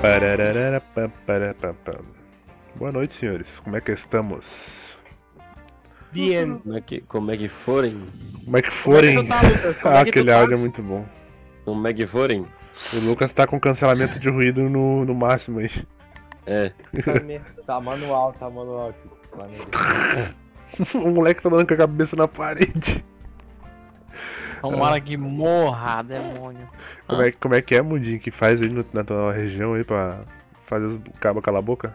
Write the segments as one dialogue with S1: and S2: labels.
S1: Pararara, pam, para, pam, pam. Boa noite, senhores. Como é que estamos?
S2: Bien.
S3: Como é que, como é que forem?
S1: Como é que forem?
S2: Como é que tu tá, Lucas? Como
S1: ah,
S2: é que tu
S1: aquele
S2: tá?
S1: áudio é muito bom.
S3: Como é que forem?
S1: O Lucas tá com cancelamento de ruído no, no máximo aí.
S3: É.
S2: Tá merda.
S4: Tá manual, tá manual aqui. Maneiro.
S1: Tá O moleque tá dando com a cabeça na parede.
S5: Tomara que um morra, demônio.
S1: Como
S2: Ah.
S1: é, como é que é, Mundinho, que faz aí no- na tua região aí pra fazer os cabos calar a boca?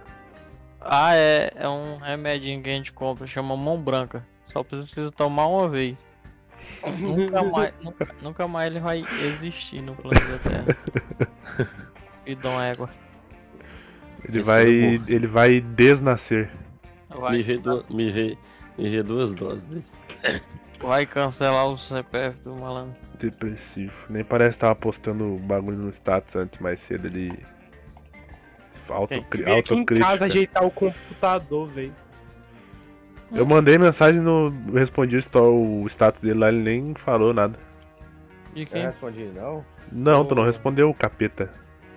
S5: Ah, é, é um remedinho que a gente compra, chama mão branca. Só precisa tomar uma vez. Nunca mais, nunca, nunca mais ele vai existir no planeta Terra. Pidão égua.
S1: Ele
S3: Esse
S1: vai.
S2: é
S3: foi o humor.
S1: Ele vai desnascer.
S3: Me
S5: Vai,
S3: vê, du- me, vê, me vê duas doses desse.
S5: vai cancelar o CPF do malandro.
S1: Depressivo. Nem parece que tava postando um bagulho no status antes mais cedo ele. Autocri...
S2: Vem aqui em casa
S1: Autocrítica.
S2: ajeitar o computador, velho.
S1: Eu mandei mensagem no. eu Respondi o story- o status dele lá, ele nem falou nada.
S5: De
S4: Eu
S5: quem?
S4: respondi, não?
S1: Não,
S4: Ô.
S1: tu não respondeu, capeta.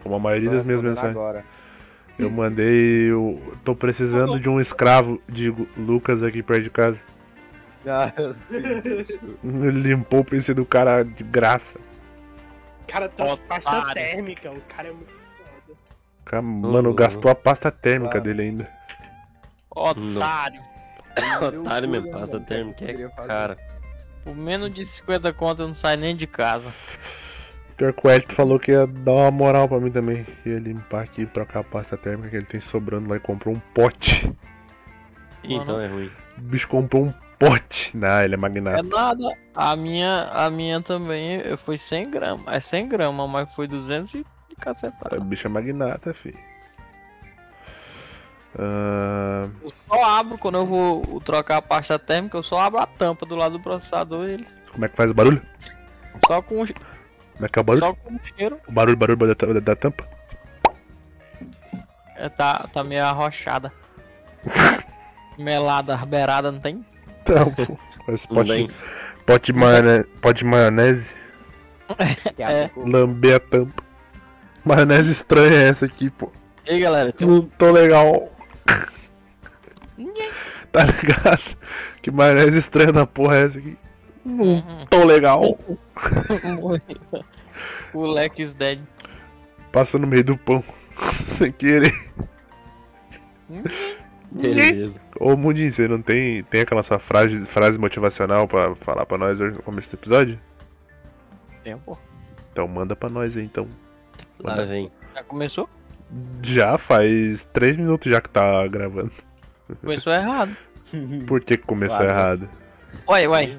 S1: Como a maioria
S4: Tô
S1: das minhas
S4: respondendo
S1: mensagens.
S4: Agora.
S1: Eu mandei. Eu tô precisando de um escravo de Lucas aqui perto de casa.
S4: Ah, eu sei.
S1: Ele limpou o PC do cara de graça.
S2: O cara tá com
S5: Otário.
S2: pasta térmica, o cara é muito foda.
S1: Cara, Mano, gastou a pasta térmica dele ainda.
S5: Otário.
S3: Otário mesmo,
S4: Loucura,
S3: passa
S4: mano,
S3: termo que
S4: eu
S3: é
S4: queria fazer.
S3: cara.
S5: Por menos de 50 contas não sai nem de casa.
S1: Pior que o Elton falou que ia dar uma moral pra mim também. Ia limpar aqui e trocar a pasta térmica que ele tem sobrando lá e comprou um pote.
S3: Então é ruim.
S1: O bicho comprou um pote. Não, ele é
S5: É
S1: magnata.
S5: nada. A minha, a minha também eh, foi 100 gramas. É 100 gramas, mas foi 200 e de cacetada.
S1: O bicho é magnata, fi. Ah,
S5: Eu só abro quando eu vou trocar a pasta térmica, eu só abro a tampa do lado do processador e ele
S1: como é que faz o barulho?
S5: só com o che-
S1: Como é que é o barulho?
S5: só com o cheiro.
S1: O barulho, barulho da, da- da tampa?
S5: É, tá, tá meio arrochada. Melada, beirada, não tem?
S1: Tá, pô. Faz
S3: Não tem.
S1: pote, pote, de maionese, pote de maionese.
S4: Daqui a
S5: É.
S4: pouco-
S1: Lamber a tampa. Maionese estranha é essa aqui, pô.
S5: E aí, galera, tem um
S1: Não tô legal. Tá ligado? Que maionese estranha da porra é essa aqui? Não tô legal.
S5: o Lex Dead.
S1: Passa no meio do pão. Sem querer.
S3: Beleza.
S1: Ô Mundinho, você não tem, tem aquela sua frase, frase motivacional pra falar pra nós hoje no começo do episódio?
S5: Tempo.
S1: Então manda pra nós aí, então.
S3: Lá vem.
S5: Já começou?
S1: Já faz três minutos já que tá gravando.
S5: Começou errado.
S1: Por que que começou
S4: Claro.
S1: errado?
S5: Uai, uai.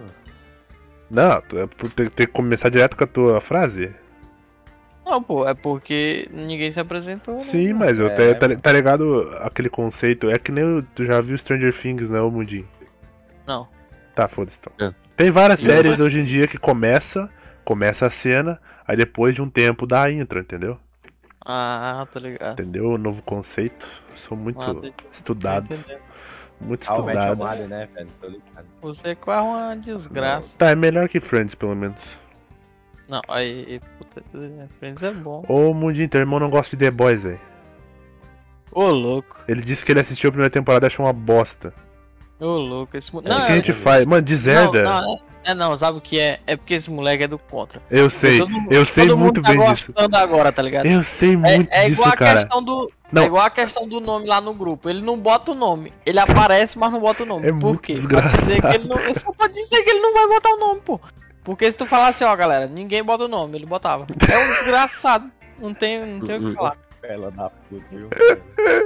S1: Não, tu- é por ter, ter que começar direto com a tua frase?
S5: Não, pô, é porque ninguém se apresentou. né?
S1: Sim, mas eu
S4: É,
S1: te-
S4: né,
S1: tá, tá ligado aquele conceito? É que nem o- tu já viu Stranger Things, né, ô Mundinho?
S5: Não.
S1: Tá, foda-se então.
S3: É.
S1: Tem várias
S3: Não,
S1: séries hoje em dia que começa, começa a cena, aí depois de um tempo dá a intro, entendeu?
S5: Ah, tá ligado.
S1: Entendeu? O novo conceito. Eu sou muito
S5: Ah, tô-
S1: estudado,
S5: tô entendendo.
S1: muito
S4: Ah, o Match
S1: estudado.
S4: Armário, né, velho? Tô ligado.
S5: Você é quase uma desgraça.
S1: Tá, é melhor que Friends, pelo menos.
S5: Não, aí, puta, Friends é bom.
S1: Ô Mundinho, teu irmão não gosta de The Boys, velho.
S5: Ô louco,
S1: Ele disse que ele assistiu a primeira temporada e achou uma bosta.
S5: ô louco, esse moleque.
S1: o
S5: Não,
S1: que a
S5: é-
S1: gente faz? Mano, deserda.
S5: não, não, é- é não, sabe o que é? É porque esse moleque é do contra.
S1: Eu sei,
S5: Todo mundo-
S1: eu sei
S5: todo
S1: muito
S5: mundo tá
S1: bem disso.
S5: gostando agora, tá ligado?
S1: Eu sei
S5: É,
S1: muito
S5: é
S1: disso,
S5: igual a
S1: cara.
S5: questão do.
S1: Não.
S5: É igual a questão do nome lá no grupo. Ele não bota o nome. Ele aparece, mas não bota o nome.
S1: É
S5: Por
S1: muito
S5: quê?
S1: desgraçado.
S5: Pode dizer que ele não. eu Só pode dizer que ele não vai botar o nome, pô. Porque se tu falar assim, ó, galera, ninguém bota o nome, ele botava. É um desgraçado. Não tem, não tem o que falar.
S4: Pela da puta, viu?
S5: é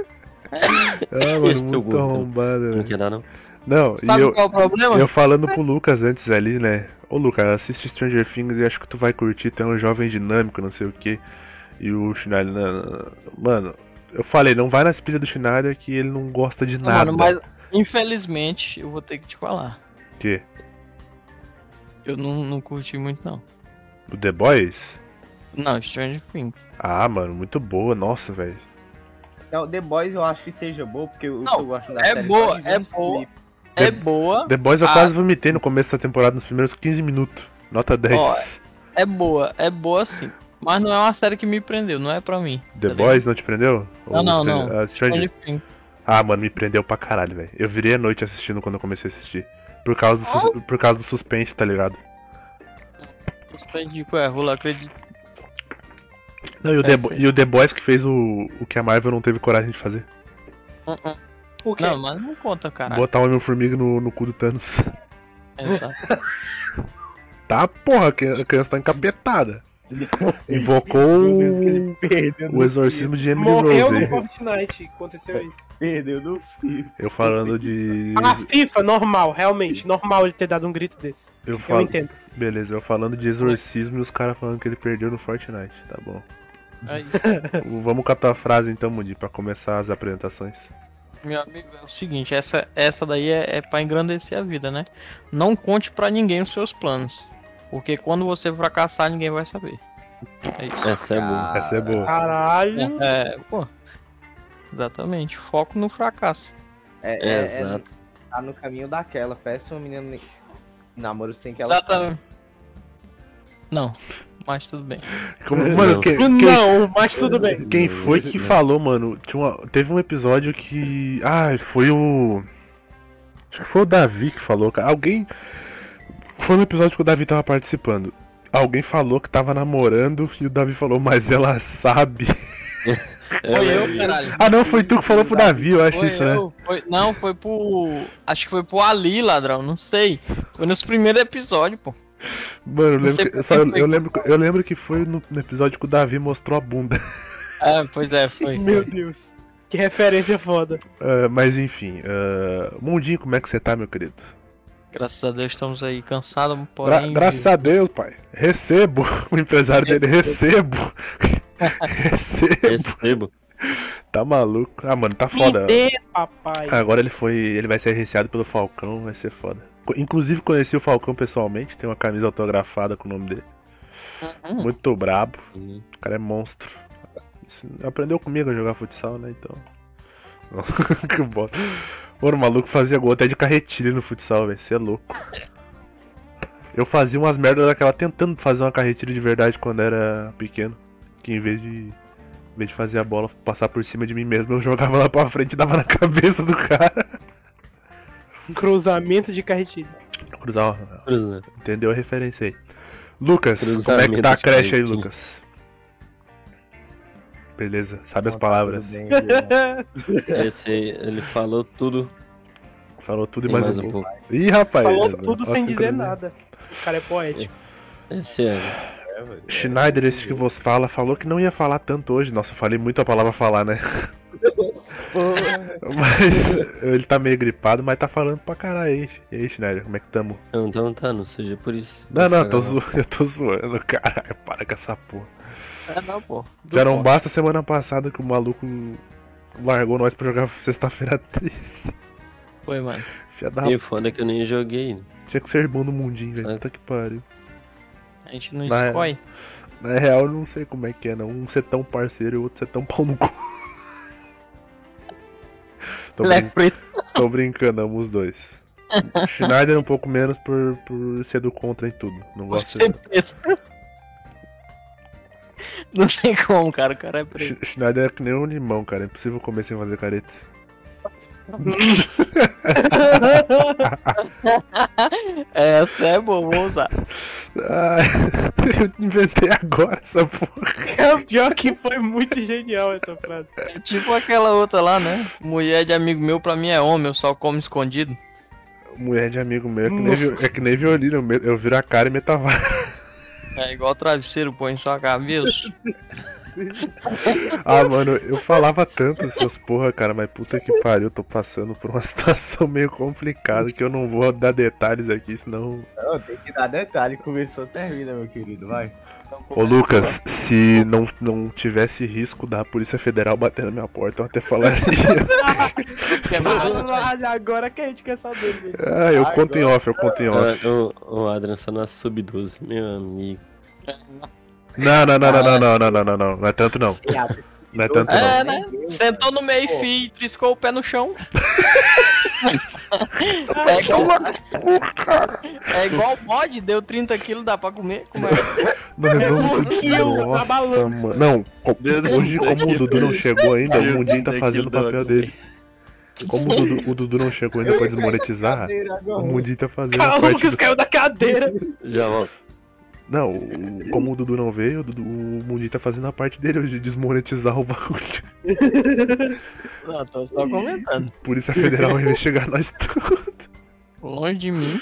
S1: Ah, mano,
S3: Esse teu
S1: muito
S3: gol, então.
S1: arrombado,
S3: Não
S1: velho.
S3: quer dar, não?
S1: Não, e
S5: Sabe
S1: eu,
S5: qual é o problema?
S1: eu falando pro Lucas antes ali, né? Ô Lucas, assiste Stranger Things e acho que tu vai curtir, tu é um jovem dinâmico, não sei o que. E o Schneider, não, não, não. mano, eu falei, não vai nas pilhas do Schneider que ele não gosta de
S5: Não,
S1: nada.
S5: Ah, Mano, mas infelizmente eu vou ter que te falar.
S1: O quê?
S5: Eu não, não curti muito, não.
S1: Do The Boys?
S5: Não, Stranger Things.
S1: Ah, mano, muito boa, nossa, velho.
S4: Não, The Boys eu acho que seja boa, porque o
S5: Não,
S4: que eu gosto da
S5: é
S4: série
S5: boa,
S4: só de ver
S5: é
S4: os
S5: boa.
S4: clipes.
S5: É
S1: The-
S5: boa,
S1: The Boys eu
S5: Ah.
S1: quase vomitei no começo da temporada, nos primeiros 15 minutos. Nota 10.
S5: Ó, é boa, é boa sim. Mas não é uma série que me prendeu, não é pra mim.
S1: The
S5: tá ligado?
S1: Boys não te prendeu?
S5: Não,
S1: Ou
S5: não,
S1: Stranger-
S5: não.
S1: ah, Stranger-
S5: Only Thing.
S1: Ah, mano, me prendeu pra caralho, velho. Eu virei a noite assistindo quando eu comecei a assistir. Por causa do, sus- por causa do suspense, tá ligado?
S5: Suspendi com a Rula, acredito.
S1: Não, e o,
S5: É,
S1: The,
S5: sim.
S1: Bo- e o The Boys que fez o, o que a Marvel não teve coragem de fazer.
S5: Uh-uh.
S2: Por quê?
S5: Não, mas não conta, caralho.
S1: Botar o Homem-Formiga no, no cu do Thanos.
S5: Exato.
S1: Tá, porra, a cri- a criança tá encapetada.
S4: Ele-
S1: Invocou
S4: Meu Deus, que
S1: o,
S4: ele perdeu
S1: o exorcismo de Emily
S2: Morreu né? no
S1: Rose.
S2: Fortnite,
S1: É.
S2: aconteceu isso.
S4: Perdeu do filho.
S1: Eu falando de.
S2: Ah, FIFA, normal, realmente. Normal ele ter dado um grito desse.
S1: Eu
S2: Eu
S1: falo.
S2: entendo.
S1: Beleza, eu falando de exorcismo e os caras falando que ele perdeu no Fortnite. Tá bom.
S5: É isso.
S1: Vamos catar a frase então, Mundi, pra começar as apresentações.
S5: Meu amigo, é o seguinte, essa, essa daí é, é pra engrandecer a vida, né? Não conte pra ninguém os seus planos. Porque quando você fracassar, ninguém vai saber. É isso.
S3: Essa é
S4: Ah.
S3: boa.
S1: Essa é boa.
S2: Caralho.
S5: É, pô. Exatamente, foco no fracasso.
S4: É, é, é-
S3: Exato.
S4: tá no caminho daquela. Peça uma menina ne- namoro sem que ela.
S5: Exatamente. Não, mas tudo bem.
S1: Como- mano,
S3: Não.
S1: quem, quem-
S2: Não, mas tudo bem.
S1: quem foi
S5: né?
S1: que falou, mano? Tinha uma- teve um episódio que. Ah, foi o. Acho que foi o Davi que falou, cara. Alguém. Foi no episódio que o Davi tava participando. Alguém falou que tava namorando e o Davi falou, mas ela sabe.
S5: Foi
S3: Ela-
S5: eu, caralho.
S1: Ah, não, foi tu que falou pro Davi, eu acho
S5: Foi
S1: isso, né?
S5: eu, foi- não, foi pro. Acho que foi pro Ali, ladrão, não sei. Foi nos primeiros episódios, pô.
S1: Mano, eu
S5: Não sei
S1: lembro, que,
S5: por
S1: só,
S5: que
S1: eu,
S5: foi.
S1: eu lembro, eu lembro que foi no, no episódio que o Davi mostrou a bunda.
S5: É, pois é, foi.
S2: Meu Deus. Que referência foda.
S1: Ah, mas enfim, ah, Mundinho, como é que você tá, meu querido?
S5: Graças a Deus estamos aí cansados,
S1: Gra-
S5: porém.
S1: graças a Deus, pai. Recebo. O empresário dele, recebo. recebo.
S3: é Recebo.
S1: Tá maluco. Ah, mano, tá foda.
S2: Me dê, papai.
S1: Agora ele foi. Ele vai ser recheado pelo Falcão, vai ser foda. Co- Inclusive conheci o Falcão pessoalmente, tem uma camisa autografada com o nome dele.
S5: Uhum.
S1: Muito brabo. O cara é monstro. Isso- Aprendeu comigo a jogar futsal, né? Então. que bosta. Mano, o maluco fazia gol até de carretilha no futsal, velho. Você é louco. Eu fazia umas merdas daquela tentando fazer uma carretilha de verdade quando era pequeno. Que em vez de. Em vez de fazer a bola passar por cima de mim mesmo, eu jogava lá pra frente e dava na cabeça do cara. Ah.
S2: Cruzamento de carretilha.
S1: Cruzava.
S3: Cruza.
S1: Entendeu a referência aí. Lucas, como é que
S3: Cruzamento
S1: tá a
S3: de
S1: creche aí,
S3: carretilha.
S1: Lucas? Beleza, sabe as
S4: Tá
S1: palavras.
S4: tudo bem, viu?
S3: Esse aí, ele falou tudo
S1: Falou tudo
S3: e
S1: e mais, um pouco. Ih, rapaz.
S2: Falou
S1: beleza.
S2: tudo
S1: Ó,
S2: sem dizer
S1: sincronia.
S2: nada. O cara é poético.
S3: Esse é.
S4: É, velho.
S1: Schneider, esse que vos fala, falou que não ia falar tanto hoje. Nossa, eu falei muito a palavra falar, né? Mas ele tá meio gripado, mas tá falando pra caralho aí. E aí, Schneider, como é que tamo?
S3: Não, Então tá, não seja por isso.
S1: Não, não, tô
S3: Tá
S1: zoando, eu tô zoando, caralho. Para com essa porra.
S5: É, não, pô. Do
S1: Já não
S5: pô.
S1: basta semana passada que o maluco largou nós pra jogar sexta-feira 13.
S5: Foi, mano.
S1: Fia da
S3: um. E foda é que eu nem joguei.
S1: Tinha que ser irmão do mundinho, velho.
S3: Sabe?
S1: Puta que pariu.
S5: A gente não
S1: Vai.
S5: escolhe.
S1: Na real, eu não sei como é que é, não. Um ser tão parceiro e o outro ser tão pau no cu. Tô,
S5: Ele é
S1: brin-
S5: preto.
S1: tô brincando, amo os dois. Schneider um pouco menos por, por ser do contra em tudo. Não gosto.
S5: Você é preto. Não sei como, cara. O cara é preto.
S1: Sch- Schneider é que nem um limão, cara. É impossível comer sem fazer careta.
S5: Essa é boa, vou usar.
S1: Ah, eu inventei agora essa porra.
S2: Pior que foi muito genial essa frase.
S5: É tipo aquela outra lá, né? Mulher de amigo meu pra mim é homem, eu só como escondido.
S1: Mulher de amigo meu é que nem, vi- é que nem violino. eu me- Eu viro a cara e meto a vara.
S5: É igual travesseiro, põe em sua cabeça.
S1: Ah, mano, eu falava tanto essas porra, cara, mas puta que pariu, eu tô passando por uma situação meio complicada que eu não vou dar detalhes aqui, senão.
S4: Não, tem que dar detalhe. Começou, termina, meu querido. Vai.
S1: Ô Lucas, se não, não tivesse risco da Polícia Federal bater na minha porta, eu até falaria.
S5: é
S2: Caralho, agora que a gente quer saber, velho.
S1: Ah, eu conto em off, eu conto em off.
S3: O, Ah, o, Adrian só na sub-12, meu amigo.
S1: Não, não, não, não, não, não, não, não, não, não, não é tanto não.
S4: Piada.
S1: Não é tanto não.
S5: É, né? Sentou no meio fio e triscou o pé no chão. é, igual, é igual bode, deu 30 quilos, dá pra comer. Como é?
S1: Mano, vamos...
S2: Morreu na balança.
S1: mano. Não, co- hoje como o Dudu não chegou ainda, o Mundinho tá fazendo o papel dele. Como o Dudu, o Dudu não chegou ainda pra desmonetizar, o Mundinho tá fazendo a
S2: Calma,
S1: parte
S2: que
S1: do...
S2: caiu da cadeira.
S3: Já volto.
S1: Não, o- como o Dudu não veio, o, Dudu, o Mundinho tá fazendo a parte dele hoje de desmonetizar o bagulho.
S5: Não, tô só comentando.
S1: Polícia Federal vai investigar nós todos.
S5: Longe de mim.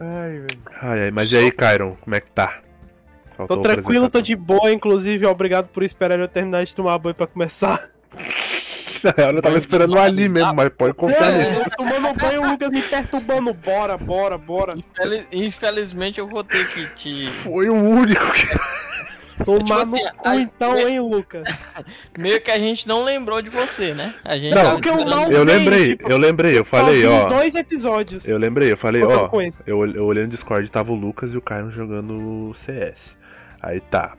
S2: Ai, velho.
S1: Ai, ai, mas e aí, Kyron, como é que tá?
S2: Tô
S1: Faltou
S2: tranquilo, tô
S1: apresentar.
S2: de boa, inclusive. Obrigado por esperar eu terminar de tomar banho pra começar.
S1: Na real, eu tava esperando o Ali mesmo, mas pode confiar nisso.
S2: eu tô tomando banho, o Lucas me perturbando. Bora, bora, bora.
S5: Infeliz- Infelizmente eu vou ter que te.
S1: Foi o único que.
S2: Tomar
S5: assim,
S2: no
S5: a-
S2: cu então, hein, Lucas?
S5: Meio que a gente não lembrou de você, né? A gente
S1: Não,
S5: tava
S2: porque eu
S5: esperando-
S2: não-
S1: Eu
S2: bem,
S1: lembrei,
S2: tipo,
S1: eu lembrei, eu falei,
S2: Só vi
S1: ó.
S2: dois episódios. é
S1: Eu lembrei, eu falei,
S2: Contando
S1: ó.
S2: com esse.
S1: Eu, ol- eu olhei no Discord, tava o Lucas e o Caio jogando CS. Aí tá.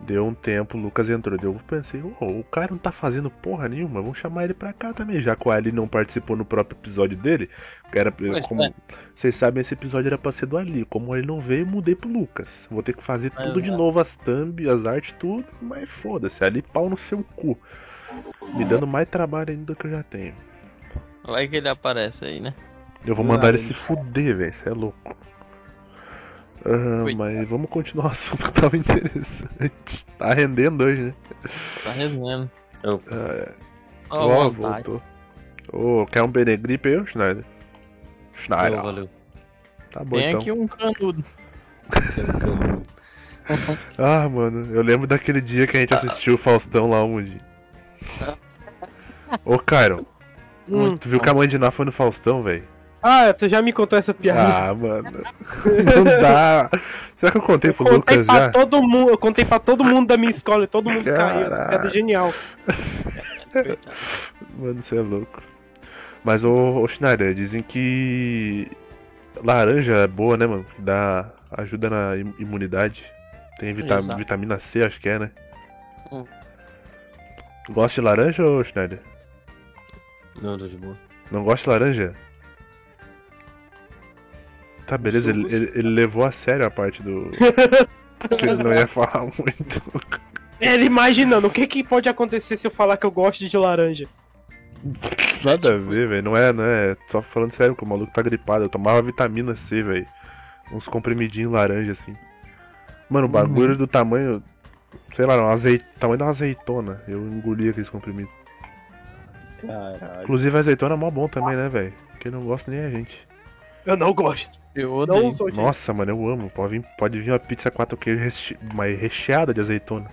S1: Deu um tempo, o Lucas entrou. Eu pensei, ô, o cara não tá fazendo porra nenhuma, vamos chamar ele pra cá também, já que o Ali não participou no próprio episódio dele. Que era, eh,
S5: Pois
S1: como,
S5: é.
S1: Vocês sabem, esse episódio era pra ser do Ali. Como ele não veio, mudei pro Lucas. Vou ter que fazer
S5: Mas
S1: tudo de
S5: é.
S1: novo, as thumb, as artes, tudo, mas foda-se, Ali pau no seu cu. Me dando mais trabalho ainda do que eu já tenho.
S5: Vai que ele aparece aí, né?
S1: Eu vou mandar ele se fuder, velho. Você é louco. Ah,
S5: Coitado.
S1: mas vamos continuar o assunto que tava interessante. Tá rendendo hoje, né?
S5: Tá resenhando.
S3: Eu-
S1: É,
S5: Ó, tá.
S1: Ó,
S5: vontade.
S1: voltou. Ô, quer um Benegripe aí, ô, Schneider? Schneider.
S3: Não, valeu.
S1: Tá bom,
S5: Tem
S1: então.
S5: aqui um canudo.
S3: Você é um canudo.
S1: Ah, mano, eu lembro daquele dia que a gente assistiu o Faustão lá onde. Ô, Cairo,
S2: Hum.
S1: tu viu que a mãe de Ná foi no Faustão, velho?
S2: Ah, tu já me contou essa piada.
S1: Ah, mano. Não dá. Será que eu contei
S2: Eu
S1: pro
S2: contei
S1: Lucas
S2: pra
S1: já?
S2: todo mundo, eu contei pra todo mundo da minha escola e todo mundo caiu. Essa
S1: Caralho.
S2: piada é genial.
S1: Mano, você é louco. Mas, ô, ô Schneider, dizem que laranja é boa, né, mano? Que Dá, ajuda na im- imunidade. Tem vita-
S5: Exato.
S1: vitamina C, acho que é, né?
S5: Hum.
S1: Tu gosta de laranja, ô Schneider?
S3: Não, tô de boa.
S1: Não gosta de laranja? Tá, beleza, ele, ele- ele levou a sério a parte do. que ele não ia falar muito.
S2: Ele imaginando, o que que pode acontecer se eu falar que eu gosto de laranja?
S1: Nada a ver, velho. Não é, não é. Só falando sério, que o maluco tá gripado. Eu tomava vitamina C, velho. Uns comprimidinhos laranja, assim. Mano, o bagulho do tamanho. Sei lá, um azei... tamanho da azeitona. Eu engoli aqueles comprimidos.
S4: Caralho.
S1: Inclusive, a azeitona é mó bom também, né, velho? Quem não gosta nem é a gente.
S2: Eu não gosto.
S5: Eu
S2: Não
S5: odeio.
S2: sou gente.
S1: Nossa, mano, eu amo. Pode vir, pode vir uma pizza quatro queijos reche... mas recheada de azeitona.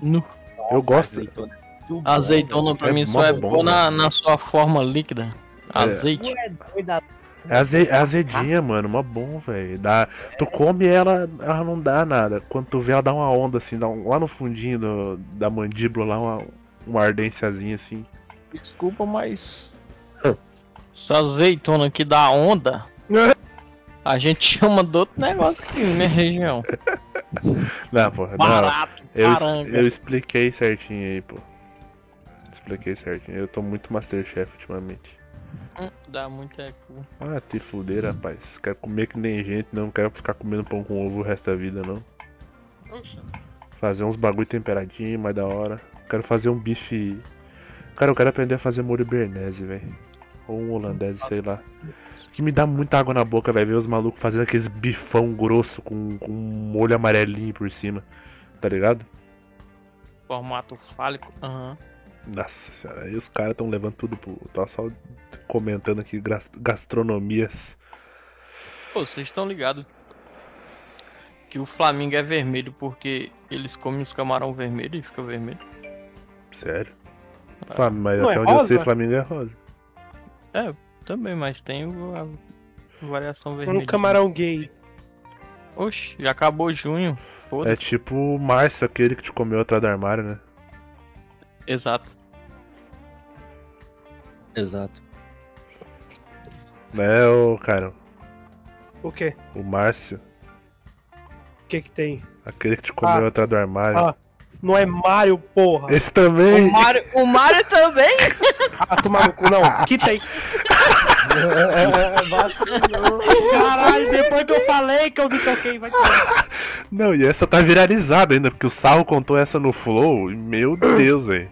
S5: Nu.
S1: eu gosto.
S4: Azeitona. Tudo bom,
S5: Azeitona pra
S1: É
S5: mim
S1: mó
S5: só é
S1: bom,
S5: boa na,
S1: né?
S5: na sua forma líquida. Azeite.
S4: velho. Tu é doido, a-
S1: É, aze... é azedinha, mano. Mó bom, velho. Dá... Tu come ela, ela não dá nada. Quando tu vê, ela dá uma onda, assim, dá um- lá no fundinho do- da mandíbula, lá uma, uma ardênciazinha, assim.
S5: Desculpa, mas. Essa azeitona aqui da onda. A gente chama de outro negócio aqui na minha região.
S1: É, Não, porra, não.
S5: Barato,
S1: Eu, es-
S5: caranga.
S1: eu expliquei certinho aí, pô. Expliquei certinho. Eu tô muito Masterchef ultimamente.
S5: Hum, Dá muita cu.
S1: Ah, te fuder, rapaz. Quero comer que nem gente, não. Quero ficar comendo pão com ovo o resto da vida, não. Fazer uns bagulho temperadinho, mais da hora. Quero fazer um bife. Cara, eu quero aprender a fazer molho bernese, velho. Ou um holandês, sei lá. Que me dá muita água na boca, velho. Ver os malucos fazendo aqueles bifão grosso com, com um molho amarelinho por cima. Tá ligado?
S5: Formato fálico. Aham.
S1: Nossa senhora. Aí os caras tão levando tudo pro. Tava só comentando aqui gras- gastronomias.
S5: Pô, vocês estão ligados que o Flamengo é vermelho porque eles comem os camarão vermelho e fica vermelho?
S1: Sério? Flam- mas
S2: Não é
S1: até onde eu sei,
S2: rosa?
S1: Flamengo é rosa.
S5: Também, mas tem o- a variação vermelha.
S2: Um camarão gay.
S5: Oxi, já acabou junho.
S1: É
S5: Foda-se.
S1: tipo o Márcio, aquele que te comeu atrás do armário, né? É.
S5: Exato.
S3: Exato.
S1: Né, ô, cara?
S2: O quê?
S1: O Márcio.
S2: O que que tem?
S1: Aquele que te comeu atrás do armário.
S2: Ah. Não é Mario, porra.
S1: Esse também.
S6: O Mario, o Mario também?
S2: Ah, tomar no cu, não. Que tem.
S4: é
S2: Caralho, depois que eu falei que eu me toquei, vai tomar.
S1: Não, e essa tá viralizada ainda, porque o Sarro contou essa no Flow. e Meu Deus, velho.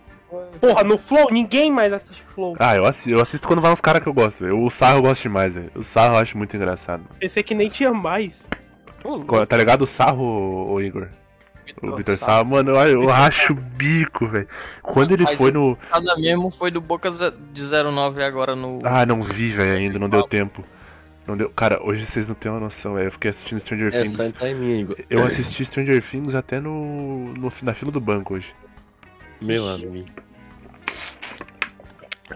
S2: Porra, no Flow, ninguém mais assiste Flow.
S1: Ah, eu assisto, eu assisto quando vai uns caras que eu gosto, velho. O Sarro eu gosto demais, velho. O Sarro eu acho muito engraçado.
S2: Pensei que nem tinha mais.
S1: Co- Tá ligado o Sarro, o Igor? O Vitor Sarro, mano, eu, eu acho o bico, velho. Quando ele
S5: Mas
S1: foi
S5: eu-
S1: no.
S5: Cada mesmo foi do Boca ze- de 09 agora no.
S1: Ah, não vi, velho, ainda, não deu tempo. Não deu. Cara, hoje vocês não têm uma noção, velho. Eu fiquei assistindo Stranger
S3: É,
S1: Things.
S3: só entrar em mim, Igor.
S1: Eu assisti Stranger Things até no, no na fila do banco hoje.
S3: Meu amigo.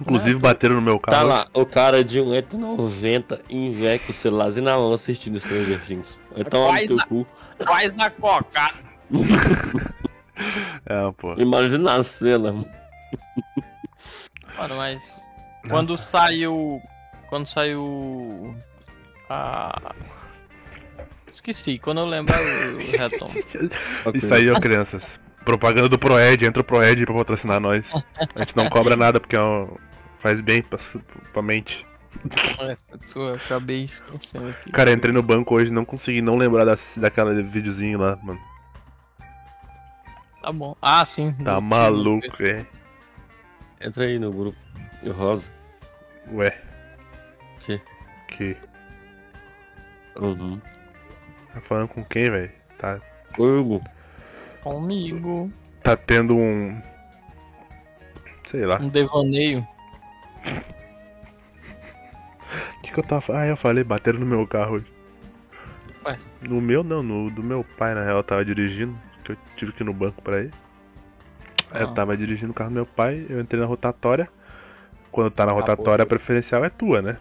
S1: Inclusive bateram no meu
S3: Tá
S1: carro.
S3: lá, o cara de 1,90m investe com o celularzinho na mão assistindo Stranger Things. Então olha
S5: Quais
S3: teu cu.
S5: Faz na coca.
S1: É, pô.
S3: Imagina a cena. mano.
S5: Mano, mas.
S1: Ah.
S5: Quando saiu. Quando saiu. A. Esqueci, quando eu lembrar eu eu retomo.
S1: Isso aí, ó, crianças. Propaganda do Proed, entra o Proed pra patrocinar nós. A gente não cobra nada porque é um- faz bem pra, su- pra mente.
S5: Tu, eu acabei esquecendo aqui.
S1: Cara, eu entrei no banco hoje não consegui não lembrar da, daquela videozinho lá, mano.
S5: Tá bom. Ah, sim.
S1: Tá maluco, é.
S3: Entra aí no grupo. E o Rosa.
S1: Ué.
S3: Que?
S1: Que?
S3: Uhum.
S1: Tá falando com quem, velho? Tá,
S3: Ô, Hugo.
S5: Comigo.
S1: tá tendo um. Sei lá.
S5: Um devaneio.
S1: O que, que eu tava falando? Ah, eu falei, bateram no meu carro hoje.
S5: Ué.
S1: No meu não, no do meu pai, na real, eu tava dirigindo, que eu tive que ir no banco pra ele. Aí Eu
S5: Ah.
S1: tava dirigindo o carro do meu pai, eu entrei na rotatória. Quando tá na rotatória, a preferencial é tua, né?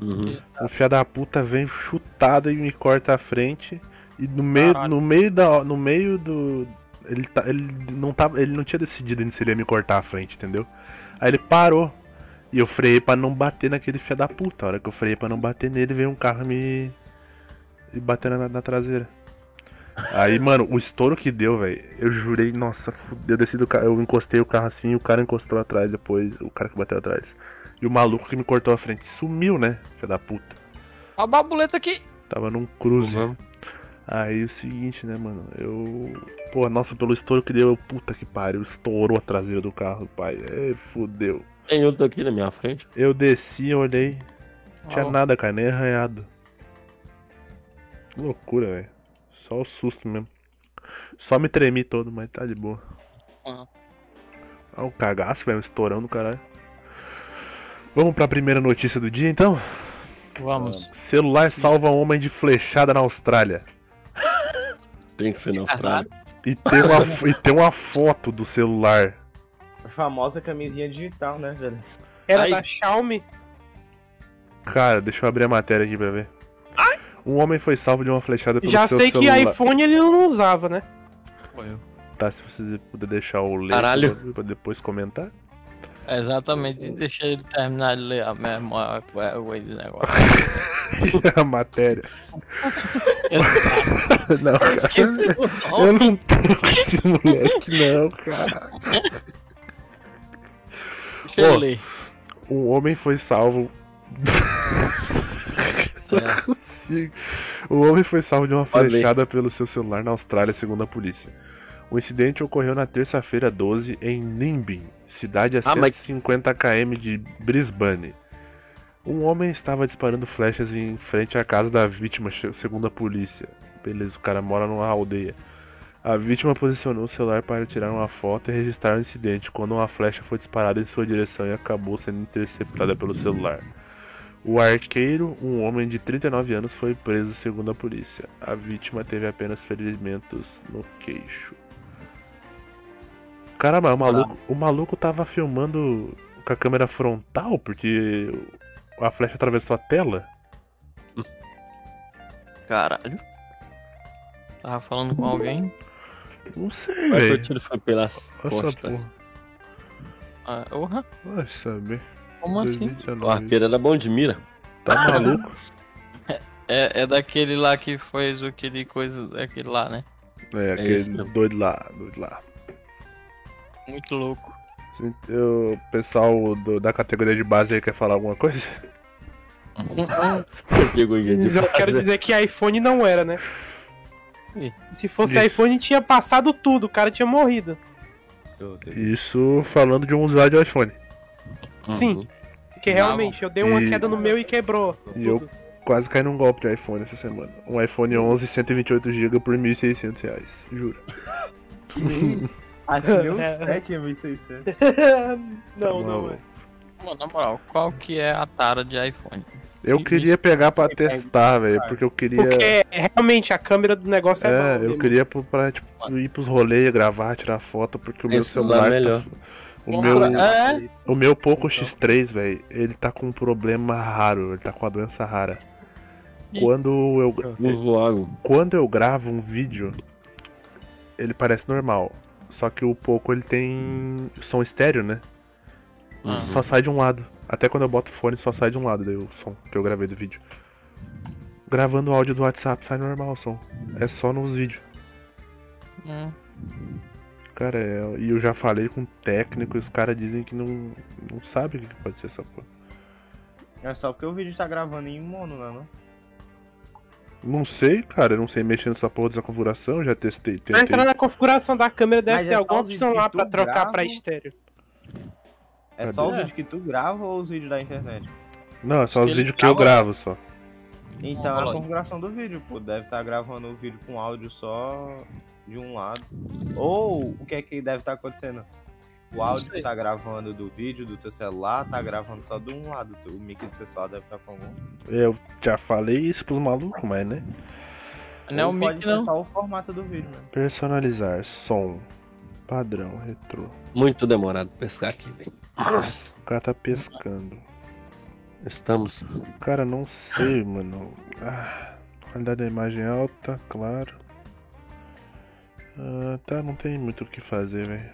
S3: Uhum.
S1: O Um fia da puta vem chutada e me corta a frente. E no meio,
S5: Caralho.
S1: no meio da. No meio do. Ele, tá, ele, não tava, ele não tinha decidido ainda se ele ia me cortar a frente, entendeu? Aí ele parou. E eu freiei pra não bater naquele fia da puta. A hora que eu freiei pra não bater nele, veio um carro me. me bater na, na traseira. Aí, mano, o estouro que deu, velho, eu jurei, nossa, fudeu, eu desci do carro, eu encostei o carro assim, e o cara encostou atrás depois, o cara que bateu atrás. E o maluco que me cortou a frente sumiu, né, filha da puta.
S5: Ó A babuleta aqui.
S1: Tava num cruze.
S3: Vamos.
S1: Aí o seguinte, né, mano? Eu. Pô, nossa, pelo estouro que deu, eu- puta que pariu. Estourou a traseira do carro, pai. É, fudeu.
S3: Tem outro aqui na minha frente.
S1: Eu desci, olhei. Não tinha
S5: Ó.
S1: nada, cara, nem arranhado. Que Loucura, velho. Só o susto mesmo. Só me tremi todo, mas tá de boa.
S5: Ó.
S1: Ah, um cagaço, velho, estourando, caralho. Vamos pra primeira notícia do dia, então?
S5: Vamos.
S1: Celular salva homem de flechada na Austrália.
S3: Tem que ser na Austrália.
S1: E tem uma, fo- e tem uma foto do celular.
S4: A famosa camisinha digital, né, velho?
S2: Era
S3: Ai.
S2: da Xiaomi.
S1: Cara, deixa eu abrir a matéria aqui pra ver. Um homem foi salvo de uma flechada pelo
S2: Já
S1: seu
S2: sei
S1: celular.
S2: que iPhone ele não usava, né?
S5: Foi eu.
S1: Tá, se você puder deixar o link
S3: Caralho.
S1: pra depois comentar.
S5: Exatamente. Deixa ele terminar de ler a mesma coisa do negócio.
S1: a matéria. não, cara. Eu não tenho com esse moleque, não, cara.
S5: Deixa ele
S1: Ó.
S5: ler.
S1: Um homem foi salvo.
S5: É.
S1: Sim. O Um homem foi salvo de uma
S3: Falei.
S1: flechada pelo seu celular na Austrália, segundo a polícia. O incidente ocorreu na terça-feira 12 em Nimbin, cidade a
S3: Ah, mas-
S1: 150 km de Brisbane. Um homem estava disparando flechas em frente à casa da vítima, che- segundo a polícia. Beleza, o cara mora numa aldeia. A vítima posicionou o celular para tirar uma foto e registrar o incidente quando uma flecha foi disparada em sua direção e acabou sendo interceptada pelo celular. O arqueiro, um homem de 39 anos, foi preso segundo a polícia. A vítima teve apenas ferimentos no queixo. Caramba, o maluco, o maluco tava filmando com a câmera frontal porque a flecha atravessou a tela?
S5: Caralho. Tava falando com alguém?
S1: Não sei,
S3: Mas o
S1: velho.
S3: tiro foi tipo pelas
S1: Olha essa
S3: costas.
S1: porra.
S5: Ah, orra.
S1: Vai saber.
S5: Como assim?
S1: 2019.
S3: O arqueiro era bom de mira.
S1: Tá maluco?
S5: É, é daquele lá que fez aquele coisa, aquele lá, né?
S1: É,
S3: isso
S1: aquele
S3: mesmo.
S1: doido lá, doido lá.
S5: Muito louco.
S1: O pessoal do- da categoria de base aí quer falar alguma coisa?
S3: Categoria de
S2: Mas Eu quero
S3: base.
S2: dizer que iPhone não era, né?
S5: Ih.
S2: Se fosse
S1: Ih.
S2: iPhone, tinha passado tudo, o cara tinha morrido.
S1: Isso falando de um usuário de iPhone.
S3: Uhum.
S2: Sim. Porque
S5: Não.
S2: realmente, eu dei uma
S1: E-
S2: queda no meu e quebrou.
S1: E eu
S2: tudo.
S1: quase caí num golpe de iPhone essa semana. Um iPhone 11 128GB por 1.600 reais, juro.
S4: Acho que nem
S2: É.
S4: uns 7 Ah, é 1600.
S2: não,
S1: Tá
S2: não
S1: bom.
S2: é.
S5: Mano, na moral, qual que é a tara de iPhone?
S1: Eu
S5: E-
S1: queria pegar pra testar, velho, porque eu queria...
S2: Porque realmente a câmera do negócio é,
S1: É,
S2: mal,
S1: eu
S2: mesmo.
S1: queria pro- pra, tipo, ir pros rolês, gravar, tirar foto, porque o meu
S3: Esse
S1: celular.
S3: celular é melhor.
S1: tá- o, meu,
S5: É,
S1: o meu Poco X3, velho, ele tá com um problema raro, ele tá com uma doença rara.
S5: Ih.
S1: Quando
S3: Uhum.
S1: eu,
S3: Usuário.
S1: quando eu gravo um vídeo, ele parece normal. Só que o Poco ele tem som estéreo, né?
S5: Ah.
S1: Só sai de um lado. Até quando eu boto fone, só sai de um lado daí o som que eu gravei do vídeo. Gravando o áudio do WhatsApp, sai normal o som. É só nos vídeos.
S5: Hum,
S1: Cara, é- e eu já falei com técnico e os caras dizem que não, não sabe o que que pode ser essa porra.
S4: É só porque o vídeo tá gravando em mono, não, é não?
S1: Não sei, cara, eu não sei mexer nessa porra dessa configuração, já testei,
S2: Pra
S1: tentei.
S2: entrar na configuração da câmera deve
S4: Mas
S2: ter
S4: é só
S2: alguma
S4: os
S2: opção
S4: vídeos
S2: lá
S4: que
S2: pra
S4: tu
S2: trocar
S4: grava.
S2: pra estéreo.
S4: É só os
S5: É.
S4: vídeos que tu grava ou os vídeos da internet?
S1: Não, é só os
S5: Ele
S1: vídeos que
S2: tá
S1: eu gravo só.
S4: Então é
S5: Olha
S4: a
S5: aí.
S4: configuração do vídeo, pô. Deve estar gravando o vídeo com áudio só de um lado. Ou o que é que deve estar acontecendo? O áudio que
S5: sei.
S4: tá gravando do vídeo do teu celular tá gravando só de um lado. O mic do teu celular deve estar com um.
S1: É, Eu já falei isso pros malucos, mas né?
S5: não é o
S4: Ou pode
S5: mic,
S4: ser
S5: não.
S4: só o formato do vídeo, né?
S1: Personalizar som. Padrão, retrô.
S3: Muito demorado pescar aqui, velho.
S1: O cara tá pescando.
S3: Estamos.
S1: Cara, não sei, mano. Ah, qualidade da imagem é alta, claro. Ah, tá, não tem muito o que fazer, velho.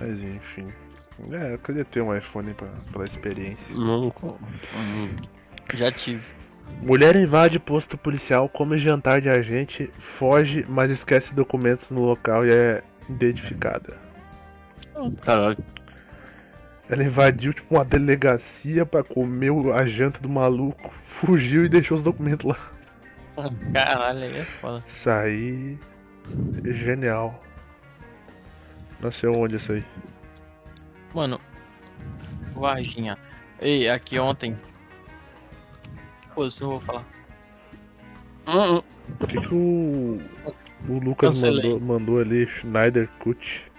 S1: Mas enfim. É, eu queria ter um iPhone pra, pela experiência.
S3: Não. co- Hum.
S5: Já tive.
S1: Mulher invade posto policial, come jantar de agente, foge, mas esquece documentos no local e é identificada.
S3: Caralho.
S1: Ela invadiu, tipo, uma delegacia pra comer o- a janta do maluco, fugiu e deixou os documentos lá.
S5: Caralho, aí é foda.
S1: Isso aí. é Genial. Nasceu onde isso aí?
S5: Mano, Varginha. Ei, aqui ontem. Pô, isso eu vou falar.
S3: Hum, hum.
S1: O que, que o. O Lucas
S5: Cancelei.
S1: mandou, mandou ali, Schneider Kut.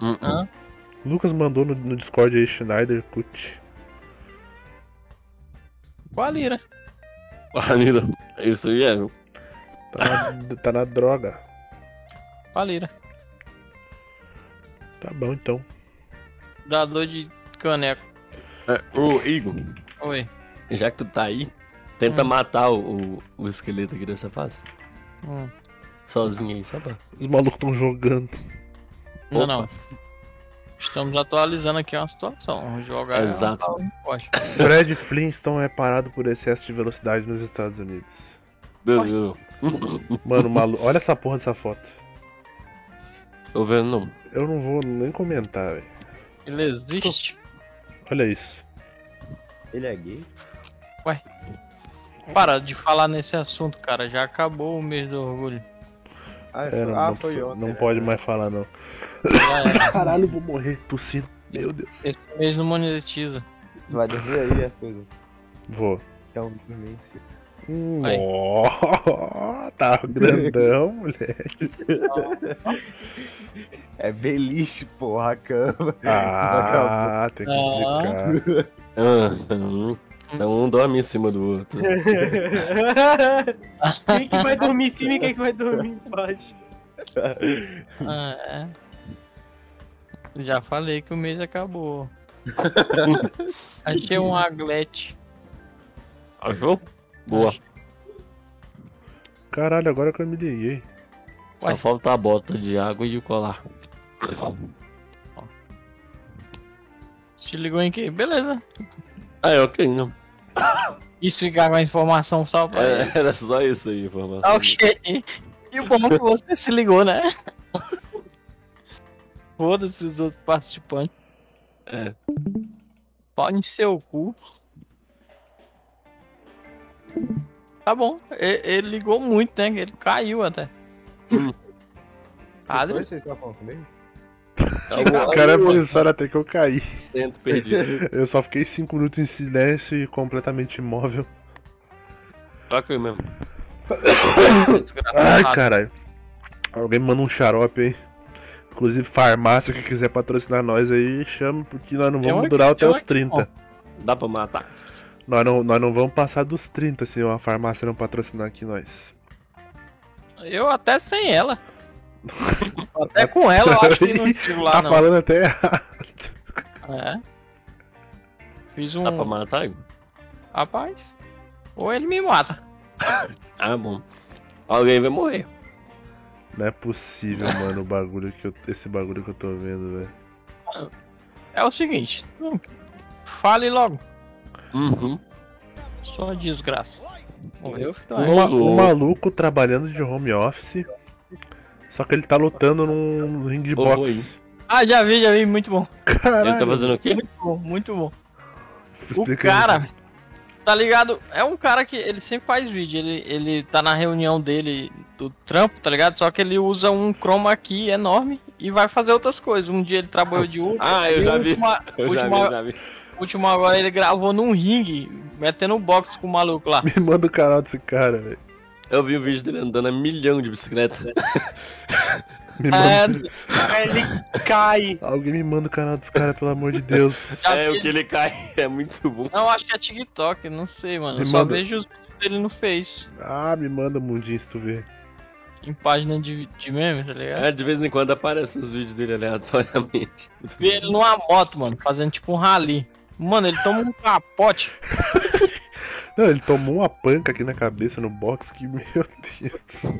S3: Hum, hum.
S5: Hã?
S1: O Lucas mandou no, no Discord aí, Schneider Kut.
S5: Qual a lira?
S3: Valeu. Isso aí é.
S1: Tá na, tá na droga.
S5: Qual a lira?
S1: Tá bom então.
S5: Dador de caneco.
S3: é. Ô, Igor,
S5: Oi.
S3: já que tu tá aí, tenta
S5: Hum.
S3: matar o, o, o esqueleto aqui dessa fase.
S5: Hum.
S3: Sozinho aí, só pra.
S1: Os malucos tão jogando.
S5: Não,
S3: Opa.
S5: não. Estamos atualizando aqui uma situação. Jogar
S3: Exato.
S5: Pode.
S1: Fred Flintstone é parado por excesso de velocidade nos Estados Unidos.
S3: Meu Deus.
S1: Mano, o malu... olha essa porra dessa foto.
S3: Tô vendo não.
S1: Eu não vou nem comentar, velho.
S5: Ele existe.
S1: Olha isso.
S4: Ele é gay?
S5: Para de falar nesse assunto, cara. Já acabou o mês do orgulho.
S4: Ah,
S1: É, não,
S4: ah,
S1: não,
S4: foi ontem.
S1: não
S4: né?
S1: pode mais falar, não.
S5: Já é.
S1: Caralho, vou morrer tossindo. Meu Deus.
S5: Esse mês não monetiza.
S4: Tu vai dormir aí, Arthur.
S1: Vou.
S4: Quer um dormir?
S3: Hum.
S5: Aí.
S1: Ó, tá grandão, moleque.
S4: É beliche, porra, a cama.
S1: Ah, tem que
S5: Ah.
S1: explicar.
S3: Ah, hum. Então um dorme em cima do outro.
S2: quem que vai dormir em cima e quem que vai dormir embaixo?
S5: Ah, é. Já falei que o mês acabou. Achei um aglete.
S3: Achou? Boa.
S1: Caralho, agora que eu me liguei.
S5: Ué.
S3: Só falta a bota de água e o colar.
S5: Te ligou em que? Beleza.
S3: Ah, é ok, não.
S5: Isso ficar com a informação só pra ele.
S3: É, era só isso aí, a informação.
S5: Tá ok. Que bom que você se ligou, né? Foda-se os outros participantes.
S3: É.
S5: Pau em seu cu. Tá bom. E- Ele, ligou muito, né? Ele caiu até.
S3: Hum.
S5: Padre?
S4: Vocês estão falando comigo?
S3: Tá
S1: Os caras pensaram até que eu caí.
S3: Cento perdido.
S1: Eu só fiquei 5 minutos em silêncio e completamente imóvel.
S3: Só que eu mesmo.
S5: Tá
S1: Ai, caralho. Alguém me manda um xarope aí. Inclusive, farmácia que quiser patrocinar nós aí, chama, porque nós não
S5: Tem
S1: vamos
S5: uma-
S1: durar até
S5: tem uma
S1: os
S5: que
S1: 30.
S3: Dá pra matar.
S1: Nós não, nós não vamos passar dos 30 se uma farmácia não patrocinar aqui nós.
S5: Eu até sem ela. até com ela, eu acho que não tiro lá,
S1: tá
S5: não.
S1: falando até errado.
S5: É. Fiz um.
S3: Dá pra matar? Igor?
S5: Rapaz. Ou ele me mata.
S3: Ah, bom. Alguém vai morrer.
S1: Não é possível, mano, o bagulho que eu, esse bagulho que eu tô vendo, velho.
S5: É o seguinte. hum, Fale logo.
S3: Uhum.
S5: Só desgraça. Morreu, filho. da
S1: Um,
S5: mãe.
S1: ma-
S3: louco.
S1: um maluco trabalhando de home office, só que ele tá lutando num ring de
S3: Ô,
S1: boxe.
S3: Rui.
S5: Ah, já vi, já vi. Muito bom.
S1: Caralho,
S3: Ele tá fazendo o quê?
S5: Muito bom, muito bom. O
S1: explica aí.
S5: cara,
S3: então.
S5: tá ligado? É um cara que ele sempre faz vídeo. Ele, ele tá na reunião dele do trampo, tá ligado? Só que ele usa um chroma key enorme e vai fazer outras coisas. Um dia ele trabalhou de Uber.
S3: Ah, eu
S5: e
S3: já
S5: o
S3: vi.
S5: último a-
S3: Eu já vi,
S5: último
S3: eu
S5: a-
S3: já vi.
S5: último agora ele gravou num ringue, metendo um box com o maluco lá.
S1: Me manda o canal desse cara, velho.
S3: Eu vi o vídeo dele andando a milhão de bicicleta.
S1: Me manda-
S5: É,
S2: Ele cai.
S1: Alguém me manda o canal desse cara, pelo amor de Deus.
S5: já
S3: É,
S5: vi-
S3: o que ele cai é muito bom.
S5: Não, acho que é TikTok, não sei, mano. Eu
S1: Me
S5: só
S1: manda.
S5: vejo os vídeos dele no Face,
S1: Ah, me manda mundinho se tu vê.
S5: em página de, de meme, tá ligado?
S3: É, de vez em quando aparecem os vídeos dele aleatoriamente.
S5: Vi ele numa moto, mano, fazendo tipo um rally. Mano, ele toma um capote.
S1: Não, ele tomou uma panca aqui na cabeça no box que, meu Deus.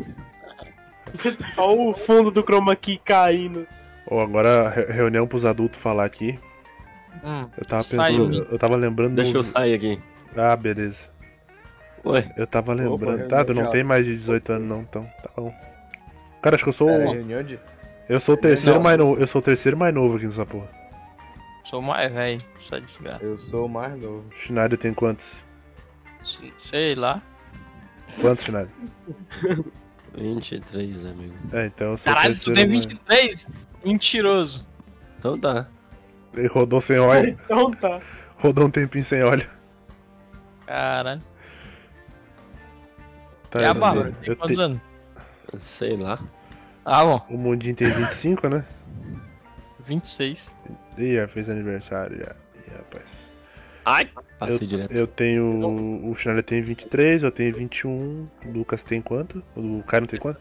S2: Só o fundo do chroma key caindo.
S1: Ó, agora re- reunião pros adultos falar aqui.
S5: Hum,
S1: Eu tava
S5: Saiu.
S1: pensando, eu tava lembrando.
S3: Deixa eu
S1: uns-
S3: sair aqui.
S1: Ah, beleza.
S3: Ué,
S1: Eu tava lembrando.
S4: reunião
S1: tá, tu não
S4: já.
S1: tem mais de 18 anos não, então. Tá bom. Cara, acho que eu sou.
S4: Pera, reunião de.
S1: eu sou o terceiro
S3: Não.
S1: mais novo. Eu sou o terceiro mais novo aqui nessa porra.
S5: sou mais velho, essa desgraça.
S4: Eu sou o mais novo.
S1: Schneider tem quantos?
S5: Se- Sei lá.
S1: Quantos, Schneider?
S3: 23, amigo.
S1: É, então eu sou o
S5: Caralho, tu
S1: terceiro.
S5: tem
S1: mais-
S5: 23? Mentiroso.
S3: Então tá.
S1: Ele rodou sem óleo.
S2: Então tá.
S1: Rodou um tempinho sem óleo.
S5: Caralho.
S1: Tá,
S5: e É a
S1: eu-
S5: Bárbara?
S1: eu
S5: Tem quantos
S1: te-
S5: anos?
S3: Sei lá.
S5: Ah, bom,
S1: O Mundinho tem 25, né?
S5: 26.
S1: Ih, já fez aniversário já. Ih, rapaz.
S3: Ai! Passei direto.
S1: Eu tenho. O Schneider tem 23, eu tenho 21. O Lucas tem quanto? O Caio não tem quanto?